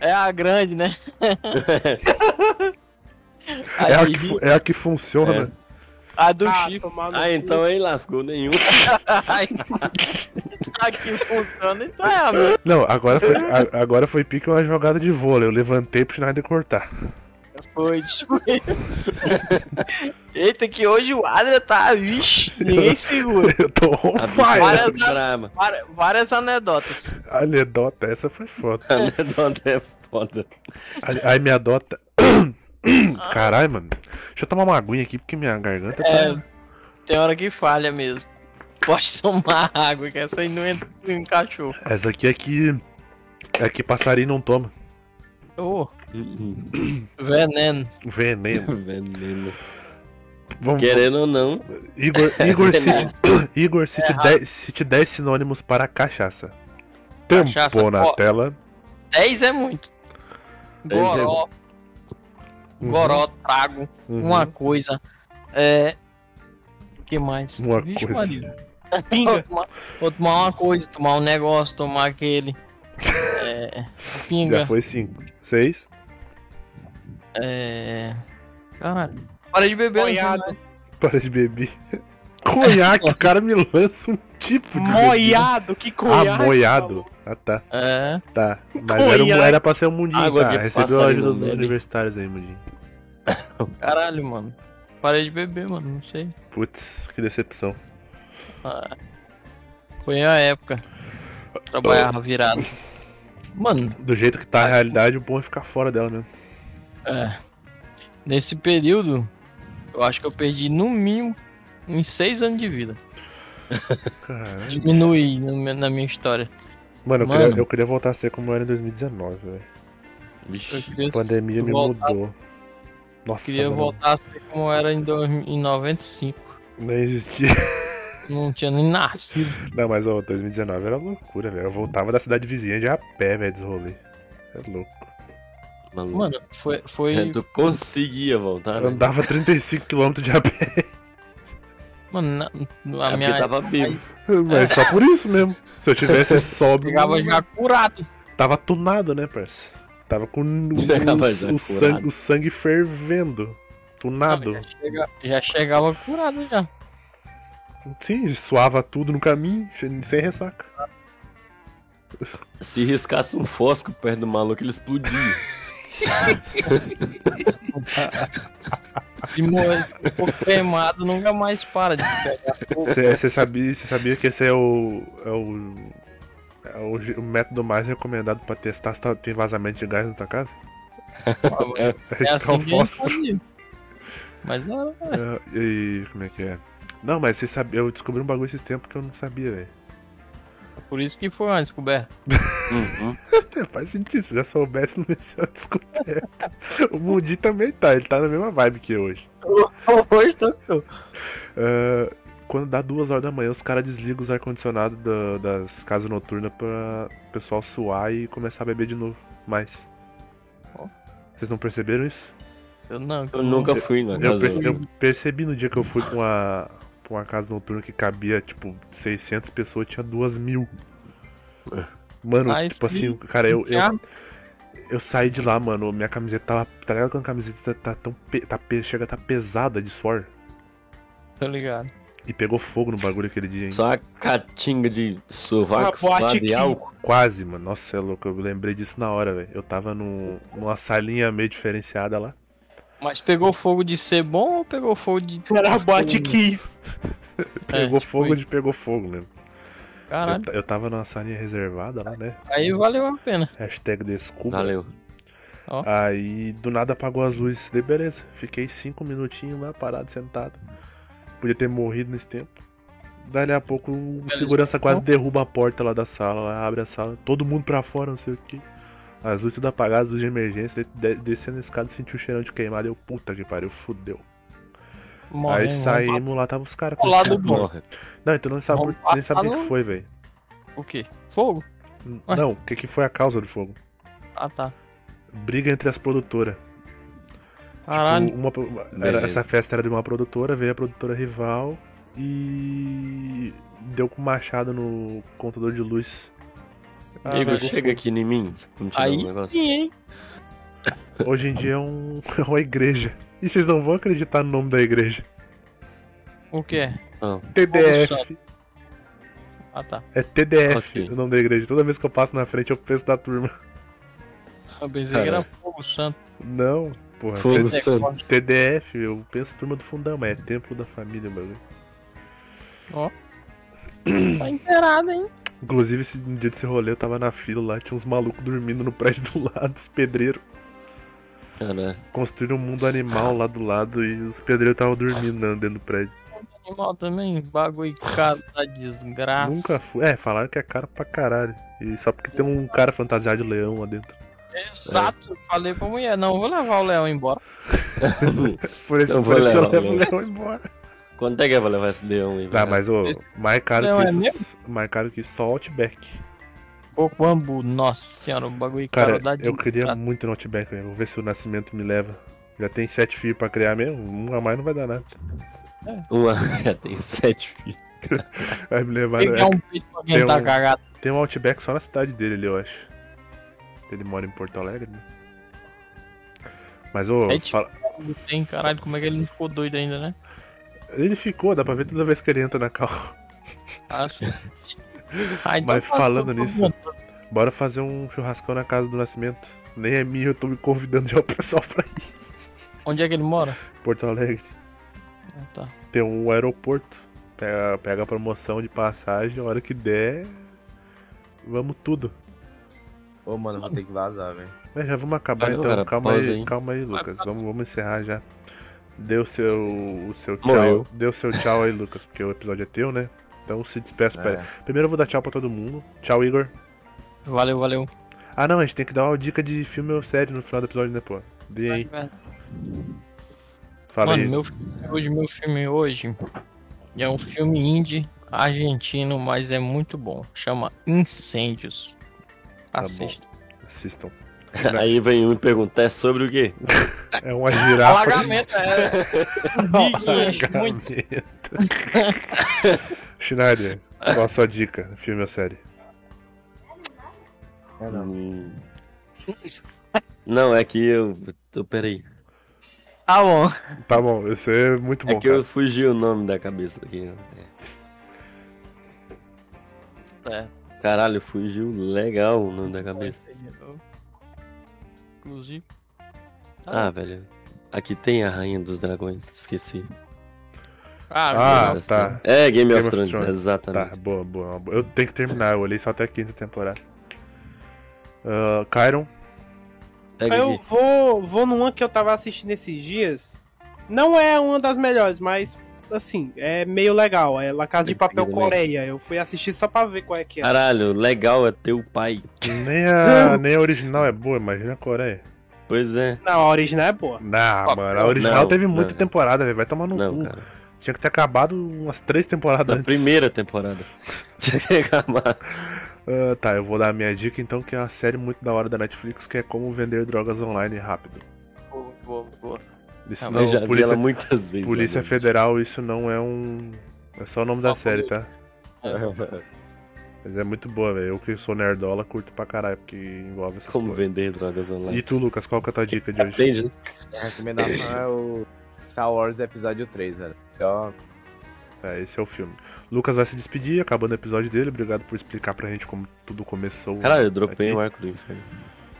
S5: É a grande, né? a,
S1: É a
S5: de-
S1: que, fu- é a que funciona.
S3: É.
S5: a do
S2: Ah,
S5: Chico.
S2: tomar no
S3: Ah, então aí lascou nenhum.
S5: Ai, a que Tá funciona, então é a mesma.
S1: Não, agora foi, a- agora foi pique uma jogada de vôlei. Eu levantei pro Schneider cortar.
S5: Foi, tipo isso. Eita, que hoje o Adria tá. Vixe, ninguém segura.
S1: Eu tô on
S3: A
S1: fire.
S5: Olha
S3: bicha
S5: só.
S3: é braba.
S5: Vari- Várias anedotas.
S1: Anedota, essa foi foda.
S3: A anedota é foda.
S1: Aí- Aí me adota. Caralho, mano. Deixa eu tomar uma aguinha aqui porque minha garganta tá.
S5: É, tem hora que falha mesmo. Pode tomar água, que essa aí não en- não encaixou.
S1: Essa aqui é que. É que passarinho não toma.
S5: Ô,
S3: Hum,
S5: veneno.
S1: Veneno.
S3: Veneno.
S1: Vamos.
S3: Querendo ou não,
S1: Igor, Igor
S3: veneno.
S1: cite, Igor cite,
S5: errado.
S1: 10, cite 10 sinônimos para cachaça. Tampou
S5: Cachaça,
S1: na
S5: ó.
S1: tela.
S5: 10 é muito.
S3: Dez é
S5: Goró.
S1: Uhum.
S5: Goró, trago.
S1: Uhum.
S5: Uma coisa. É. que mais?
S1: Uma
S5: Vixe,
S1: coisa. assim,
S5: Maria. Vou
S2: Pinga.
S5: tomar, vou tomar uma coisa, tomar um negócio, tomar aquele. É.
S1: Já
S5: Pinga.
S1: foi 5. 6.
S5: É. Caralho. Para de beber,
S2: Boiado.
S5: né?
S1: Para de beber. Conhaque, o cara me lança um tipo de. bebida.
S2: Moiado, que coiado.
S1: Ah, moiado. Ah, tá.
S5: É.
S1: Tá. Mas era, um,
S2: Conhaque.
S1: era pra ser um mundinho,
S3: Água
S1: tá?
S3: de
S1: Recebeu a
S3: passarinho
S1: ajuda
S3: não
S1: dos
S3: bebe.
S1: universitários aí, mundinho.
S5: Caralho, mano. Para de beber, mano. Não sei.
S1: Putz, que decepção.
S5: Ah, Foi a época. Trabalhava virado. Mano,
S1: Do jeito que tá a realidade, o bom é ficar fora dela mesmo.
S5: é. Nesse período, eu acho que eu perdi no mínimo uns seis anos de vida.
S1: Caralho.
S5: Diminui na minha- na minha história.
S1: Mano, eu,
S5: Mano.
S1: Queria, eu queria voltar a ser como eu era em 2019, velho.
S5: Eu
S3: Vixe.
S5: queria-
S1: A pandemia me
S5: voltar-
S1: mudou. Nossa,
S5: Queria
S1: mano,
S5: voltar a ser como era em, dois, em 95.
S1: não existia.
S5: Não tinha nem nascido.
S1: Não, mas ó, 2019 era loucura, velho. Eu voltava da cidade vizinha de a pé, velho, dos rolês. É louco.
S3: Maluco.
S5: Mano, foi. foi
S3: É, tu conseguia voltar,
S1: Eu
S3: né?
S1: andava 35km de a pé,
S5: mano, na-
S3: É
S5: na- a
S3: porque
S5: minha.
S3: tava vivo.
S1: mas só por isso mesmo. Se eu tivesse sóbrio,
S5: Chegava já curado.
S1: tava tunado, né, parça? Tava com o,
S3: Chegava já
S1: o,
S3: curado.
S1: sangue, o sangue fervendo. Tunado.
S5: Já, chega- já chegava curado já.
S1: Sim, suava tudo no caminho, sem ressaca.
S3: Se riscasse um fosco perto do maluco, ele explodia.
S5: De morrer, se for queimado, nunca mais para de pegar fogo.
S1: Você sabia, cê sabia que esse é o. É o, é o, je- o método mais recomendado pra testar se tá- tem vazamento de gás na tua casa?
S5: É,
S1: É
S5: é
S1: riscar
S5: assim
S1: o
S5: que a gente
S1: fósforo.
S5: fazia. Mas ah,
S1: É, e como é que é? Não, mas você sabia, eu descobri um bagulho esses tempos que eu não sabia, velho.
S5: por isso que foi uma descoberta.
S3: Uhum.
S1: É, Faz sentido, se eu já soubesse, não ia ser uma descoberta. o Mundi também tá, ele tá na mesma vibe que eu hoje.
S5: Hoje tô eu.
S1: É, quando dá duas horas da manhã, os caras desligam os ar-condicionado da- das casas noturnas pra o pessoal suar e começar a beber de novo. Mas.
S5: Ó.
S1: Vocês não perceberam isso?
S5: Eu não, que
S3: Eu nunca fui na
S1: Eu, um
S3: casa.
S1: perce- eu percebi no dia que eu fui pra uma, pra uma casa noturna que cabia, tipo, 600 pessoas, tinha duas mil. Mano,
S5: Mas
S1: tipo
S5: que-
S1: assim, cara, eu, eu,
S5: Já-
S1: eu saí de lá, mano, minha camiseta tava. Tá ligado quando a camiseta tá, tá tão. pe- Tá, pe- chega a tá pesada de suor?
S5: Tô tá ligado.
S1: E pegou fogo no bagulho aquele dia, hein?
S3: Só a catinga de
S2: Uma
S3: sovaco,
S2: boate
S3: suado
S2: que
S3: e álcool.
S1: Quase, mano. Nossa, é louco. Eu lembrei disso na hora, velho. Eu tava num, numa salinha meio diferenciada lá.
S5: Mas pegou fogo de ser bom ou pegou fogo de. é,
S2: era
S1: Hum.
S2: boate Kiss.
S1: Pegou
S5: tipo
S1: fogo
S5: isso.
S1: de pegou fogo, né? Eu,
S5: Caralho,
S1: ta- eu tava numa salinha reservada lá, né?
S5: aí valeu a pena.
S1: Hashtag desculpa.
S3: Valeu.
S1: Aí do nada apagou as luzes. Daí beleza. Fiquei cinco minutinhos lá, parado, sentado. Podia ter morrido nesse tempo. Dali a pouco o segurança quase derruba a porta lá da sala, lá abre a sala, todo mundo pra fora, não sei o que. As luzes tudo apagadas, as luzes de emergência, de- descendo a escada, senti o cheirão de queimado, eu, puta que pariu, fudeu. Aí
S5: Morremos.
S1: saímos lá, tava os caras com...
S5: Pro lado bom.
S3: Morre.
S1: Não, então não sabe,
S5: Vamos
S1: nem sabe o que
S5: passar
S1: que foi, velho.
S5: O quê? Fogo? Ué.
S1: Não, o que, que foi a causa do fogo?
S5: Ah tá.
S1: Briga entre as produtoras.
S5: Caralho,
S1: Uma pro- uma- era-
S3: Beleza.
S1: essa festa era de uma produtora, veio a produtora rival e deu com machado no contador de luz.
S3: Igor,
S1: Tipo,
S5: Caralho.
S3: chega aqui em mim. Continua
S5: aí
S3: o negócio.
S1: assim.
S5: sim, hein?
S1: Hoje em dia é, um, é uma igreja. E vocês não vão acreditar no nome da igreja.
S5: O quê?
S1: TDF.
S5: Ah tá.
S1: É TDF
S3: Ok.
S1: o nome da igreja. Toda vez que eu passo na frente eu penso da turma.
S5: Eu pensei que era
S3: Caralho.
S5: fogo santo.
S1: Não, porra.
S3: Fogo
S1: T-
S3: santo.
S1: TDF, eu penso turma do fundão, mas é templo da família, mano.
S5: Tá inteirado, hein?
S1: Inclusive, esse, no dia desse rolê eu tava na fila lá, tinha uns malucos dormindo no prédio do lado, os pedreiros.
S3: Cara,
S1: Construíram um mundo animal lá do lado e os pedreiros estavam dormindo né, dentro do prédio.
S5: Animal também, bagulho caro da desgraça.
S1: Nunca fui. É, falaram que é caro pra caralho. E só porque tem um cara fantasiado de leão lá dentro.
S5: Exato, falei pra mulher, não, vou levar o leão embora.
S1: Por isso,
S3: Eu vou
S1: por isso eu
S3: levar,
S1: levo o
S3: levar.
S1: leão embora.
S3: quanto é que eu vou levar esse D1 aí?
S1: Ah,
S3: velho?
S1: mas ô, mais caro
S5: Leão
S1: que
S5: é
S1: isso.
S5: mesmo?
S1: mais caro que só Outback.
S5: Pouco bambu, nossa senhora, o bagulho
S1: Cara,
S5: caro da
S1: eu queria
S5: desgraça.
S1: muito no Outback, velho. Vou ver se o Nascimento me leva. Já tem sete filhos pra criar mesmo, um a mais não vai dar nada.
S3: Uma tem sete filhos.
S1: Vai me levar.
S5: Pegar
S1: é.
S5: um peito pra quem
S1: Tem
S5: tá
S1: um-
S5: cagado.
S1: Tem um Outback só na cidade dele ali, eu acho. Ele mora em Porto Alegre, né? Mas, ô,
S5: É tipo-
S1: fala-
S5: Tem, caralho, como é que ele não ficou doido ainda, né?
S1: ele ficou, dá pra ver toda vez que ele entra na cal.
S5: Ah, sim. Ah, então
S1: Mas
S5: faz
S1: falando
S5: tudo
S1: nisso-
S5: junto.
S1: Bora fazer um churrascão na casa do Nascimento. Nem é minha, eu tô me convidando já o pessoal pra ir.
S5: Onde é que ele mora?
S1: Porto Alegre.
S5: Ah, tá.
S1: Tem um aeroporto. Pega, pega a promoção de passagem, a hora que der. Vamos tudo.
S4: Ô, mano, vou ter que vazar, velho.
S1: É, já vamos acabar
S3: Valeu,
S1: então.
S3: galera.
S1: calma
S3: Pausa
S1: aí,
S3: aí.
S1: calma aí, Lucas. Vamos, vamos encerrar já. Dê o seu, o seu tchau.
S3: Morreu.
S1: Dê o seu tchau aí, Lucas, porque o episódio é teu, né? Então se despeça.
S4: É.
S1: Pera. Primeiro eu vou dar tchau pra todo mundo. Tchau, Igor.
S5: Valeu, valeu.
S1: Ah, não, a gente tem que dar uma dica de filme ou série no final do episódio, né, pô? Dê aí. Fala
S5: Mano,
S1: aí.
S5: meu, fi- hoje, meu filme hoje é um filme indie argentino, mas é muito bom. Chama Incêndios.
S1: Tá bom.
S5: Assista.
S1: Assistam.
S3: Aí vem um e pergunta, é sobre o quê?
S1: É uma girafa.
S5: Alagamento, é. Big, muito.
S1: Alagamento. Schneider, qual a sua dica? Filme ou série?
S4: É, não.
S3: Hum. Não, é que eu. Tô, peraí.
S5: Tá bom.
S1: Tá bom, isso é muito bom.
S3: É que eu fugi o nome da cabeça né? aqui.
S5: É.
S3: Caralho, fugiu legal o nome da cabeça.
S5: Inclusive.
S3: Ah, velho. Aqui tem a Rainha dos Dragões, esqueci.
S1: Ah,
S5: Ah,
S3: Mas
S1: tá.
S3: tem- É, Game,
S1: Game
S3: of,
S1: of
S3: Thrones,
S1: Thrones. Tá,
S3: exatamente.
S1: boa, boa, uma boa. Eu tenho que terminar, eu olhei só até a quinta temporada. Ah, Kyron,
S3: Pega
S2: eu
S3: aqui.
S2: vou, vou numa que eu tava assistindo esses dias. Não é uma das melhores, mas assim, é meio legal. É La Casa de Papel
S3: Entendi, né?
S2: Coreia. Eu fui assistir só pra ver qual é que é.
S3: Caralho, legal é teu pai.
S1: nem a, nem a original é boa, imagina a Coreia.
S3: Pois é.
S2: Não, a original é boa.
S1: Não,
S5: Papel.
S1: mano, a original
S3: Ah, Não,
S1: teve
S3: não.
S1: muita temporada, velho. Vai tomar no
S3: Não,
S1: cu.
S3: cara.
S1: Tinha que ter acabado umas três temporadas
S3: Da
S1: antes.
S3: primeira temporada. Tinha que acabar.
S1: Ah, tá, eu vou dar a minha dica então, que é uma série muito da hora da Netflix, que é como vender drogas online rápido.
S5: boa, boa, boa.
S1: Isso
S5: Ah,
S1: não,
S3: Eu já vi
S1: Polícia,
S3: ela muitas vezes.
S1: Polícia
S3: né,
S1: Federal, isso não é um. É só o nome da
S5: Só
S1: série, tá?
S4: É.
S1: Mas é muito boa, velho. Eu que sou nerdola, curto pra caralho, porque envolve essas
S3: Como
S1: coisas.
S3: vender drogas online.
S1: E tu, Lucas, qual que é a tua dica de hoje?
S3: Entende?
S4: A recomendação é o Star Wars Episódio 3, velho. Então,
S1: É, esse é o filme. Lucas vai se despedir, acabando o episódio dele. Obrigado por explicar pra gente como tudo começou.
S3: Caralho, eu dropei um
S1: Aqui.
S3: o arco do inferno.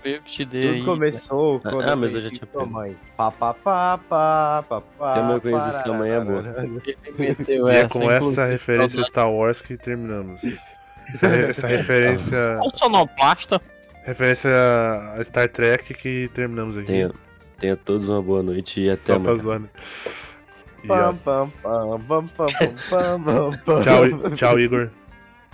S5: Eu que te dei.
S4: tudo
S5: aí.
S4: começou
S3: Ah,
S4: quando
S3: mas eu já
S4: conheci
S3: tinha
S4: tua mãe. Pá, pá, pá, pá, pá, pá,
S3: Eu não conheci
S4: parará,
S3: sua mãe, é boa.
S5: Ele meteu
S1: E é com
S3: né?
S5: inclusive.
S1: essa referência a Star Wars que terminamos. Essa, re- essa referência.
S5: É um sonoplasta.
S1: referência a Star Trek que terminamos aqui.
S3: Tenha, tenha todos uma boa noite e até
S1: Só pra
S3: amanhã.
S1: zoar, né? E, ó,
S4: Pam, pam, pam, pam, pam, pam, pam, pam.
S1: tchau, I- tchau, Igor.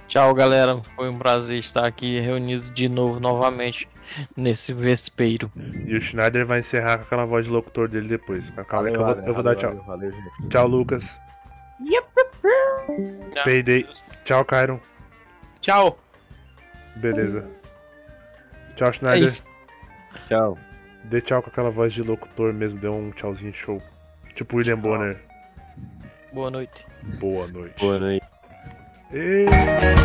S5: Tchau, galera. Foi um prazer estar aqui reunido de novo, novamente, nesse vespeiro.
S1: E o Schneider vai encerrar com aquela voz de locutor dele depois. Calma aí que eu vou, eu vou dar tchau.
S4: Valeu, valeu, gente.
S1: Tchau, Lucas. Payday. Tchau, Cairo.
S2: Tchau.
S1: Beleza. Tchau,
S5: É
S1: Schneider.
S5: isso.
S3: Tchau.
S1: Dê tchau com aquela voz de locutor mesmo, deu um tchauzinho show. Tipo William Bonner.
S5: Boa noite.
S1: Boa noite.
S3: Boa noite.
S1: Ei.